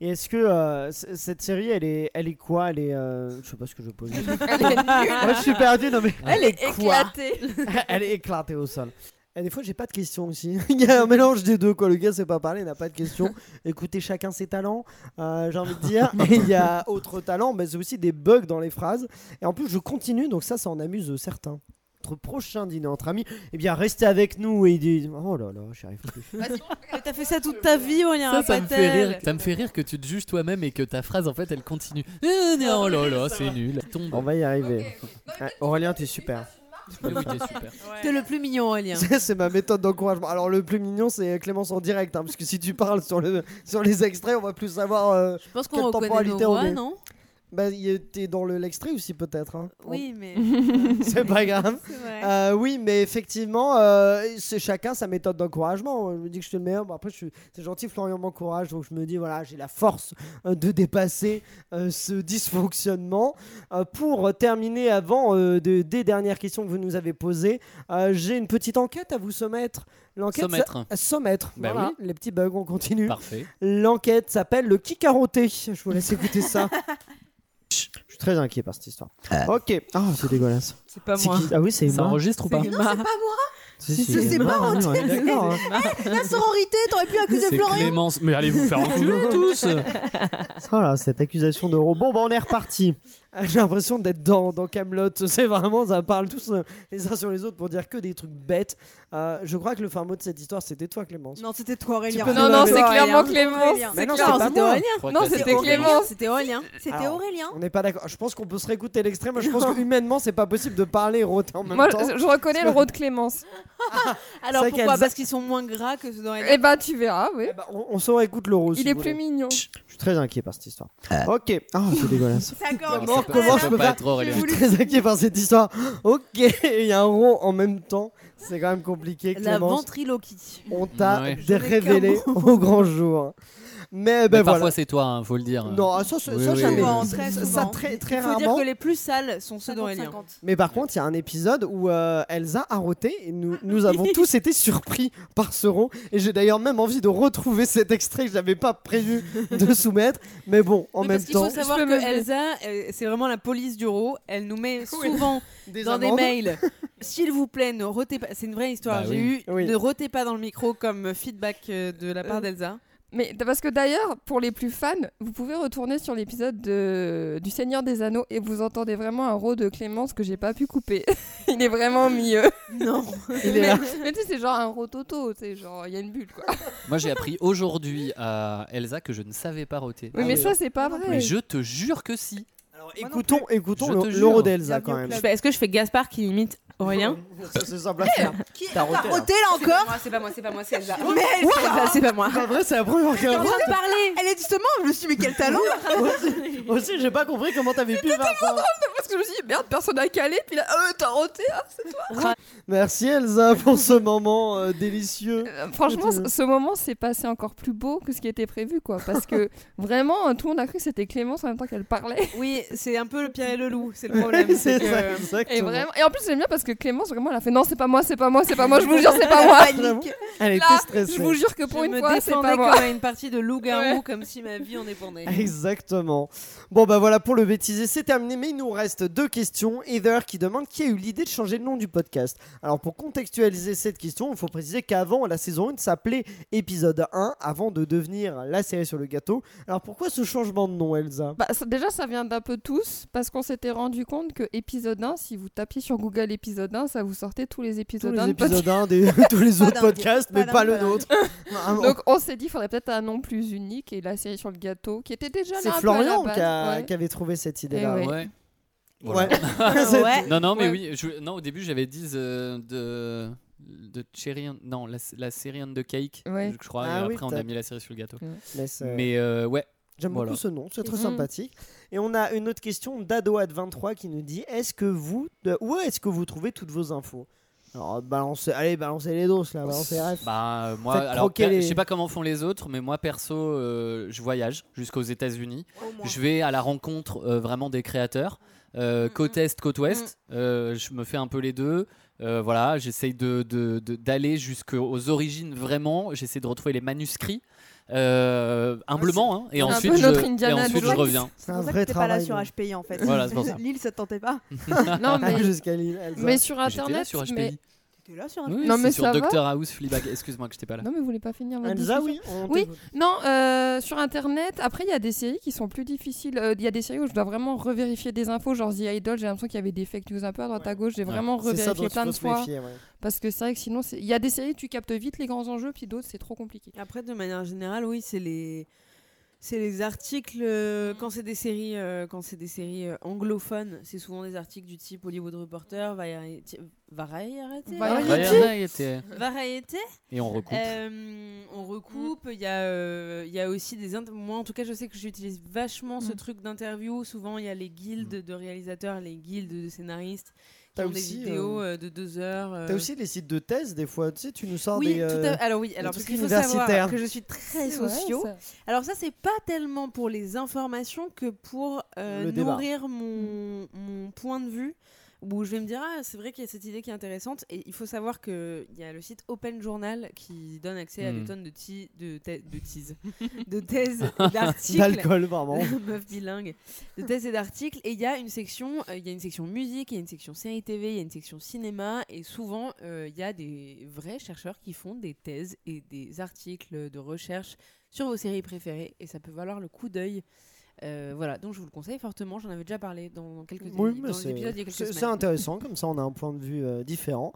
Et est-ce que euh, c- cette série, elle est, elle est quoi Elle est, euh, je sais pas ce que je veux
*laughs*
poser.
Elle est nulle.
Moi, je suis perdu. Non mais
Elle est éclatée.
*laughs* elle est éclatée au sol. Et des fois, j'ai pas de questions aussi. *laughs* Il y a un mélange des deux. Quoi. Le gars sait pas parler, il n'a pas de *laughs* questions. Écoutez chacun ses talents, euh, j'ai envie *laughs* de dire. Et il y a autre talent, mais c'est aussi des bugs dans les phrases. Et en plus, je continue, donc ça, ça en amuse certains. Notre prochain dîner entre amis, eh bien, restez avec nous et dites Oh là là, j'y arrive plus.
Vas-y.
T'as fait ça toute ta vie, Aurélien
Ça, ça me fait
Patel.
rire. Ça me fait rire que tu te juges toi-même et que ta phrase, en fait, elle continue. Eh, non, oh là là, c'est nul. Tombe.
On va y arriver.
Ok, ok. Non, mais
Ah,
peut-être
Aurélien,
que
t'es
tu
super.
fasses une marque.
Oui, oui, t'es super.
T'es le plus mignon, Aurélien.
Ça, *laughs* c'est ma méthode d'encouragement. Alors le plus mignon c'est Clémence en direct, hein, parce que si tu parles sur, le, sur les extraits, on va plus savoir. euh,
Je pense
Quelle
qu'on reconnaît nos
temporalité on
voix,
est
non
Bah, il était dans le- l'extrait aussi, peut-être. hein.
Oui, mais.
Bon, *laughs* C'est pas grave.
Oh. *laughs* C'est vrai.
Euh, oui, mais effectivement, euh, c'est chacun sa méthode d'encouragement. Je me dis que je suis le meilleur. Bon, après, je suis... c'est gentil, Florian m'encourage. Donc, je me dis, voilà, j'ai la force euh, de dépasser euh, ce dysfonctionnement. Euh, pour terminer, avant euh, de- des dernières questions que vous nous avez posées, euh, j'ai une petite enquête à vous soumettre. L'enquête.
Sommettre.
s'a- Sommettre.
Bah
voilà, les petits bugs, on continue.
Parfait.
L'enquête s'appelle le qui carotté. Je vous laisse écouter ça. Chut, *laughs* Je suis très inquiet par cette histoire. Ok. Ah, c'est dégueulasse.
C'est pas
C'est
moi.
qui Ah oui, c'est
Ça
moi.
enregistre ou pas
Si,
si,
si,
c'est
Emma, oui, on est d'accord, hein.
La sororité, t'aurais pu accuser
C'est
Florian
Clémence. Mais allez vous faire enculer tous
Voilà, cette accusation de robot. Bon, bah, on est reparti. Ah, J'ai l'impression d'être dans, dans Camelot. C'est vraiment, ça parle tous euh, les uns sur les autres pour dire que des trucs bêtes. Euh, je crois que le fin mot de cette histoire, c'était toi, Clémence.
Non, c'était toi, Aurélien.
Tu peux
Non, non, c'est
Aurélien.
clairement Clémence.
Aurélien.
Mais
C'est
non,
clair.
c'est pas moi.
Non, c'était Clémence.
C'était Aurélien.
C'était
Alors,
Aurélien.
On n'est pas d'accord. Je pense qu'on peut se réécouter l'extrait. Moi, je pense que humainement, c'est pas possible de parler et roter en même
Moi,
temps.
je je reconnais le rôle de Clémence.
Alors
C'est
pourquoi
qu'elles-
Parce qu'ils sont moins gras que ceux d'Aurélien.
Eh ben, tu verras, oui.
Eh ben, on, on se réécoute le rose.
Il est plus mignon.
Je suis très inquiet par cette histoire. Ok. Ah, c'est dégueulasse.
C'est encore
Comment- comment je peux
pas
faire
être Aurélien
Je suis très inquiet par cette histoire. Ok, il y a un rond en même temps. C'est quand même compliqué.
La
Clémence,
ventriloquie.
on t'a
Ouais.
dé- révélé au grand jour. Mais ben
Mais
voilà.
Parfois c'est toi, hein, faut le dire.
non, ah, ça, ça,
Oui,
ça,
oui.
jamais.
Souvent, très
Ça,
souvent.
très, très
Il faut dire
rarement.
que les plus sales sont ceux d'Aurélien.
Mais par contre, il y a un épisode où euh, Elsa a roté et nous, nous
*laughs*
avons tous été surpris par ce rond. Et j'ai d'ailleurs même envie de retrouver cet extrait que j'avais pas prévu
*laughs*
de soumettre. Mais bon, en
Oui,
même
parce qu'il faut
temps,
savoir
je
que
peux me-
Elsa, euh, c'est vraiment la police du RAW. Elle nous met souvent
des
dans des
amendes.
mails. S'il vous plaît, ne rotez pas. C'est une vraie histoire.
Bah
J'ai
oui.
eu
Oui.
ne rotez pas dans le micro comme feedback euh, de la part d'Elsa.
Mais d- parce que d'ailleurs, pour les plus fans, vous pouvez retourner sur l'épisode de- du Seigneur des Anneaux et vous entendez vraiment un rôle de Clémence que j'ai pas pu couper. *laughs* Il est vraiment au milieu.
Non.
Il est là. Ah
Mais tu sais, c'est genre un rototo, c'est genre il y a une bulle quoi.
Moi j'ai appris aujourd'hui à Elsa que je ne savais pas roter.
Oui, mais ça c'est pas vrai.
Mais je te jure que si.
Alors, écoutons, écoutons
Je
le-
te jure.
l'euro d'Elsa quand même.
Est-ce que je fais Gaspard qui imite Aurélien
Ça,
Eh,
c'est simple à faire. T'as roté.
Oh,
là.
Roté là encore
C'est pas moi, c'est pas moi, Ah, c'est Elsa. Mais c'est Elsa, c'est pas moi.
En vrai, c'est la première fois qu'elle rote.
Parlez.
Elle est justement, je me suis dit, mais quel talent
Aussi, aussi, j'ai pas compris comment t'avais pu faire ça.
Parce que je me suis dit merde, personne n'a calé, puis là, euh, t'as roté. ah.
Merci Elsa pour ce moment euh, délicieux.
Euh, Franchement,
C'était-
ce ce moment s'est passé encore plus beau que ce qui était prévu quoi. Parce *laughs* que vraiment, euh, tout le monde a cru que c'était Clémence en même temps qu'elle parlait.
Oui, c'est un peu le Pierre et le loup, c'est le
*laughs*
problème.
c'est
c'est
ça,
que-
exactement.
euh, Et, vraiment... et en plus, j'aime bien parce que Clémence, vraiment, elle a fait non, c'est pas moi, c'est pas moi, c'est
*laughs*
pas moi, je vous jure, c'est pas moi.
Vraiment, Elle était
Là,
stressée.
Je vous jure que pour
je
une
me
fois, c'est
défendais
pas moi.
comme à une partie de loup-garou,
Ouais.
comme si ma vie en *laughs* dépendait.
Exactement. Bon bah voilà pour le bêtisier, c'est terminé. Mais il nous reste deux questions. Heather qui demande qui a eu l'idée de changer le nom du podcast. Alors pour contextualiser cette question, il faut préciser qu'avant la saison 1 s'appelait épisode 1 avant de devenir la série sur le gâteau. Alors pourquoi ce changement de nom, Elsa
Bah, ça- déjà, ça vient d'un peu tous, parce qu'on s'était rendu compte que épisode 1, si vous tapiez sur Google épisode 1, ça vous sortait tous les épisodes
Tous
1
les
de podcast.
épisodes 1 des *laughs* tous
Ah,
les autres
dingue.
podcasts, mais
Pas
pas le
dingue, pas
nôtre. *laughs* Ah, Vraiment.
Donc on s'est dit, il faudrait peut-être un nom plus unique, et la série sur le gâteau, qui était déjà là.
C'est
un peu à
Florian
la
qui, a-
base, ouais.
qui avait trouvé cette idée-là.
Eh
ouais.
Ouais. Voilà.
*laughs*
*laughs* C'est-
Ouais.
*laughs* Non, non, mais
Ouais.
oui. je- Non, au début, j'avais dit euh, de de Cherry, on- non, la, la série on the cake,
Ouais.
je crois.
Ah
et
oui,
après, on
t'as-
a mis la série sur le gâteau.
Laisse, euh,
Mais euh, ouais,
J'aime
Voilà.
beaucoup ce nom, c'est très
Mhm.
sympathique. Et on a une autre question d'Adoad23 qui nous dit est-ce que vous, de- où est-ce que vous trouvez toutes vos infos Alors balancez, allez balancez les doses là, balancez les refs.
Bah, euh, moi,
Faites
alors,
croquer
per-
les-
je sais pas comment font les autres, mais moi perso, euh, je voyage jusqu'aux États-Unis. Je vais à la rencontre euh, vraiment des créateurs,
Mm,
euh, côte est, côte ouest. Euh, je me fais un peu les deux. Euh, voilà, j'essaye de, de- de- d'aller jusqu'aux origines vraiment. J'essaie de retrouver les manuscrits euh, humblement, hein, et
un peu
ensuite,
notre
je, et
Indiana
ensuite je
Jones.
reviens.
C'est un
pour ça que
vrai
t'étais pas là
travail.
sur
donc.
HPI en fait.
Voilà, c'est pour ça.
*laughs* Lille, ça te tentait pas.
Non,
*laughs*
mais,
Jusqu'à Lille, Elsa.
mais sur
J'étais là
Internet,
sur HPI.
mais...
T'étais là sur un.
Oui,
Non,
c'est
mais
sur
ça va
Doctor House, Fleabag. Excuse-moi que j'étais pas là.
Non, mais vous voulez pas finir votre
Elsa,
discussion
oui. on
Oui.
t'écoute.
Non, euh, sur Internet, après, il y a des séries qui sont plus difficiles. Euh, Il y a des séries où je dois vraiment revérifier des infos, genre The Idol, j'ai l'impression qu'il y avait des fake news un peu à droite à gauche, j'ai
Ouais.
vraiment
C'est ça dont
revérifié
il
plein
faut
de
se
fois.
méfier, ouais.
Euh.
Parce que c'est vrai que sinon, c'est- il y a des séries, tu captes vite les grands enjeux, puis d'autres, c'est trop compliqué.
Après, de manière générale, oui, c'est les c'est les articles euh, quand c'est des séries euh, quand c'est des séries euh, anglophones, c'est souvent des articles du type Hollywood Reporter, Variety, Variety,
Variety.
Ouais, il y en a, il était-
Variety.
Et on recoupe.
Euh, on recoupe. Il y, a, euh, il y a aussi des. int- Moi, en tout cas, je sais que j'utilise vachement
Mm.
ce truc d'interview. Souvent, il y a les guildes de réalisateurs, les guildes de scénaristes qui
T'as
ont
aussi,
des vidéos euh, de deux heures. euh.
T'as aussi les sites de thèse, des fois, tu sais, tu nous sors
Oui,
des.
tout
euh,
à- Alors oui, alors
trucs
parce qu'il faut savoir
universitaires.
que je suis très
C'est vrai,
socio.
ça.
Alors ça, c'est pas tellement pour les informations que pour euh,
Le débat. Mm.
nourrir mon, mon point de vue, où je vais me dire, ah, c'est vrai qu'il y a cette idée qui est intéressante. Et il faut savoir qu'il y a le site Open Journal qui donne accès à
Hmm.
des tonnes de, ti- de, thè- de teases, *laughs* de thèses, d'articles.
D'alcool,
*laughs*
vraiment.
*laughs* meuf bilingue de thèses et d'articles et il y a une section euh, il y a une section musique il y a une section série TV il y a une section cinéma et souvent euh, il y a des vrais chercheurs qui font des thèses et des articles de recherche sur vos séries préférées et ça peut valoir le coup d'œil Euh, voilà donc je vous le conseille fortement j'en avais déjà parlé dans quelques
Oui,
dans
mais
les épisodes il y
c'est-
a quelques
c'est c'est
semaines.
intéressant, comme ça on a un point de vue euh, différent.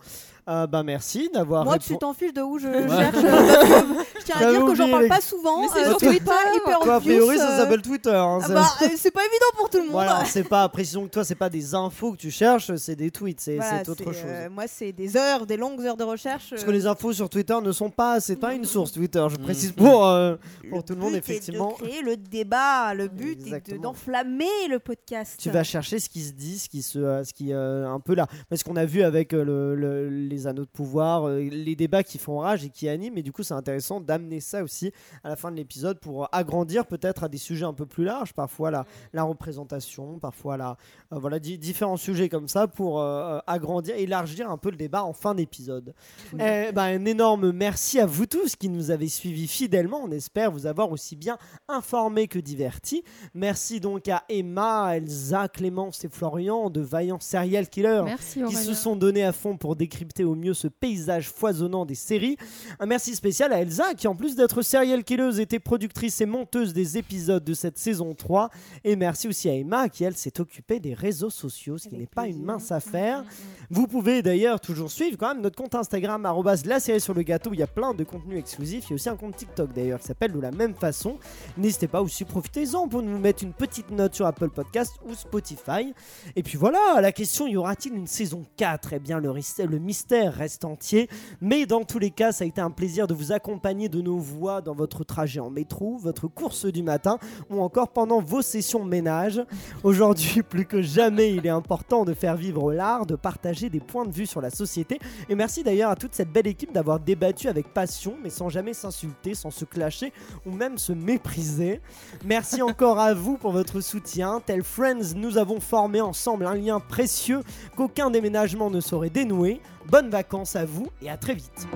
Euh, bah merci d'avoir
Moi,
répondu.
tu t'en fiches de où je
Ouais.
cherche. euh, je tiens à
J'avais
dire que j'en
oublié
parle
les-
pas souvent.
Mais c'est
euh,
sur
je suis pas
Twitter.
hyper
Toi, a priori,
obvious,
ça
euh,
s'appelle Twitter. hein,
ah
ça-
bah, euh, c'est pas évident pour tout le monde.
*laughs* Voilà, c'est pas, précisons que toi, c'est pas des infos que tu cherches, c'est des tweets, c'est
Voilà,
c'est autre
c'est,
chose.
euh, moi, c'est des heures, des longues heures de recherche.
Parce
euh,
que les infos sur Twitter ne sont pas, c'est pas une source Twitter, je
Mm.
précise pour, euh,
le
pour tout le monde,
but est de
effectivement.
créer le débat, le but est de-
Exactement.
d'enflammer le podcast.
Tu vas chercher ce qui se dit, ce qui se, euh, ce qui euh, un peu là, parce qu'on a vu avec euh, le- le- les anneaux de pouvoir, euh, les débats qui font rage et qui animent, et du coup c'est intéressant d'amener ça aussi à la fin de l'épisode pour agrandir peut-être à des sujets un peu plus larges, parfois la, la représentation, parfois la, euh, voilà di- différents sujets comme ça pour euh, euh, agrandir, élargir un peu le débat en fin d'épisode. Eh ben, un énorme merci à vous tous qui nous avez suivis fidèlement. On espère vous avoir aussi bien informés que divertis. Merci donc à Emma, Elsa, Clémence et Florian de Vaillant Serial Killer
Merci
qui
Aurélien.
se sont donnés à fond pour décrypter au mieux ce paysage foisonnant des séries. Un merci spécial à Elsa qui en plus d'être serial killeuse était productrice et monteuse des épisodes de cette saison 3 et merci aussi à Emma qui elle s'est occupée des réseaux sociaux ce qui n'est pas une mince affaire. Vous pouvez d'ailleurs toujours suivre quand même notre compte Instagram arrobas la série sur le gâteau, il y a plein de contenus exclusifs, il y a aussi un compte TikTok d'ailleurs qui s'appelle de la même façon. N'hésitez pas aussi profitez-en pour nous mettre une petite note sur Apple Podcast ou Spotify. Et puis voilà, la question y aura-t-il une saison 4 Eh bien, le, ris- le mystère reste entier. Mais dans tous les cas, ça a été un plaisir de vous accompagner de nos voix dans votre trajet en métro, votre course du matin ou encore pendant vos sessions ménage. Aujourd'hui, *laughs* plus que jamais, il est important de faire vivre l'art, de partager des points de vue sur la société. Et merci d'ailleurs à toute cette belle équipe d'avoir débattu avec passion, mais sans jamais s'insulter, sans se clasher ou même se mépriser. Merci encore à vous pour votre soutien. Tel Friends, nous avons formé ensemble un lien précieux qu'aucun déménagement ne saurait dénouer. Bonnes vacances à vous et à très vite.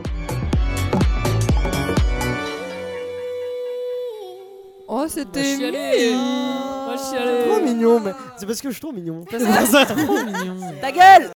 Oh, c'était
Moi, Bah, je suis
mignon.
allée.
Trop
Moi, je suis allée.
*laughs*
mignon, mais c'est parce que je suis trop mignon.
Parce que c'est trop mignon.
Ta gueule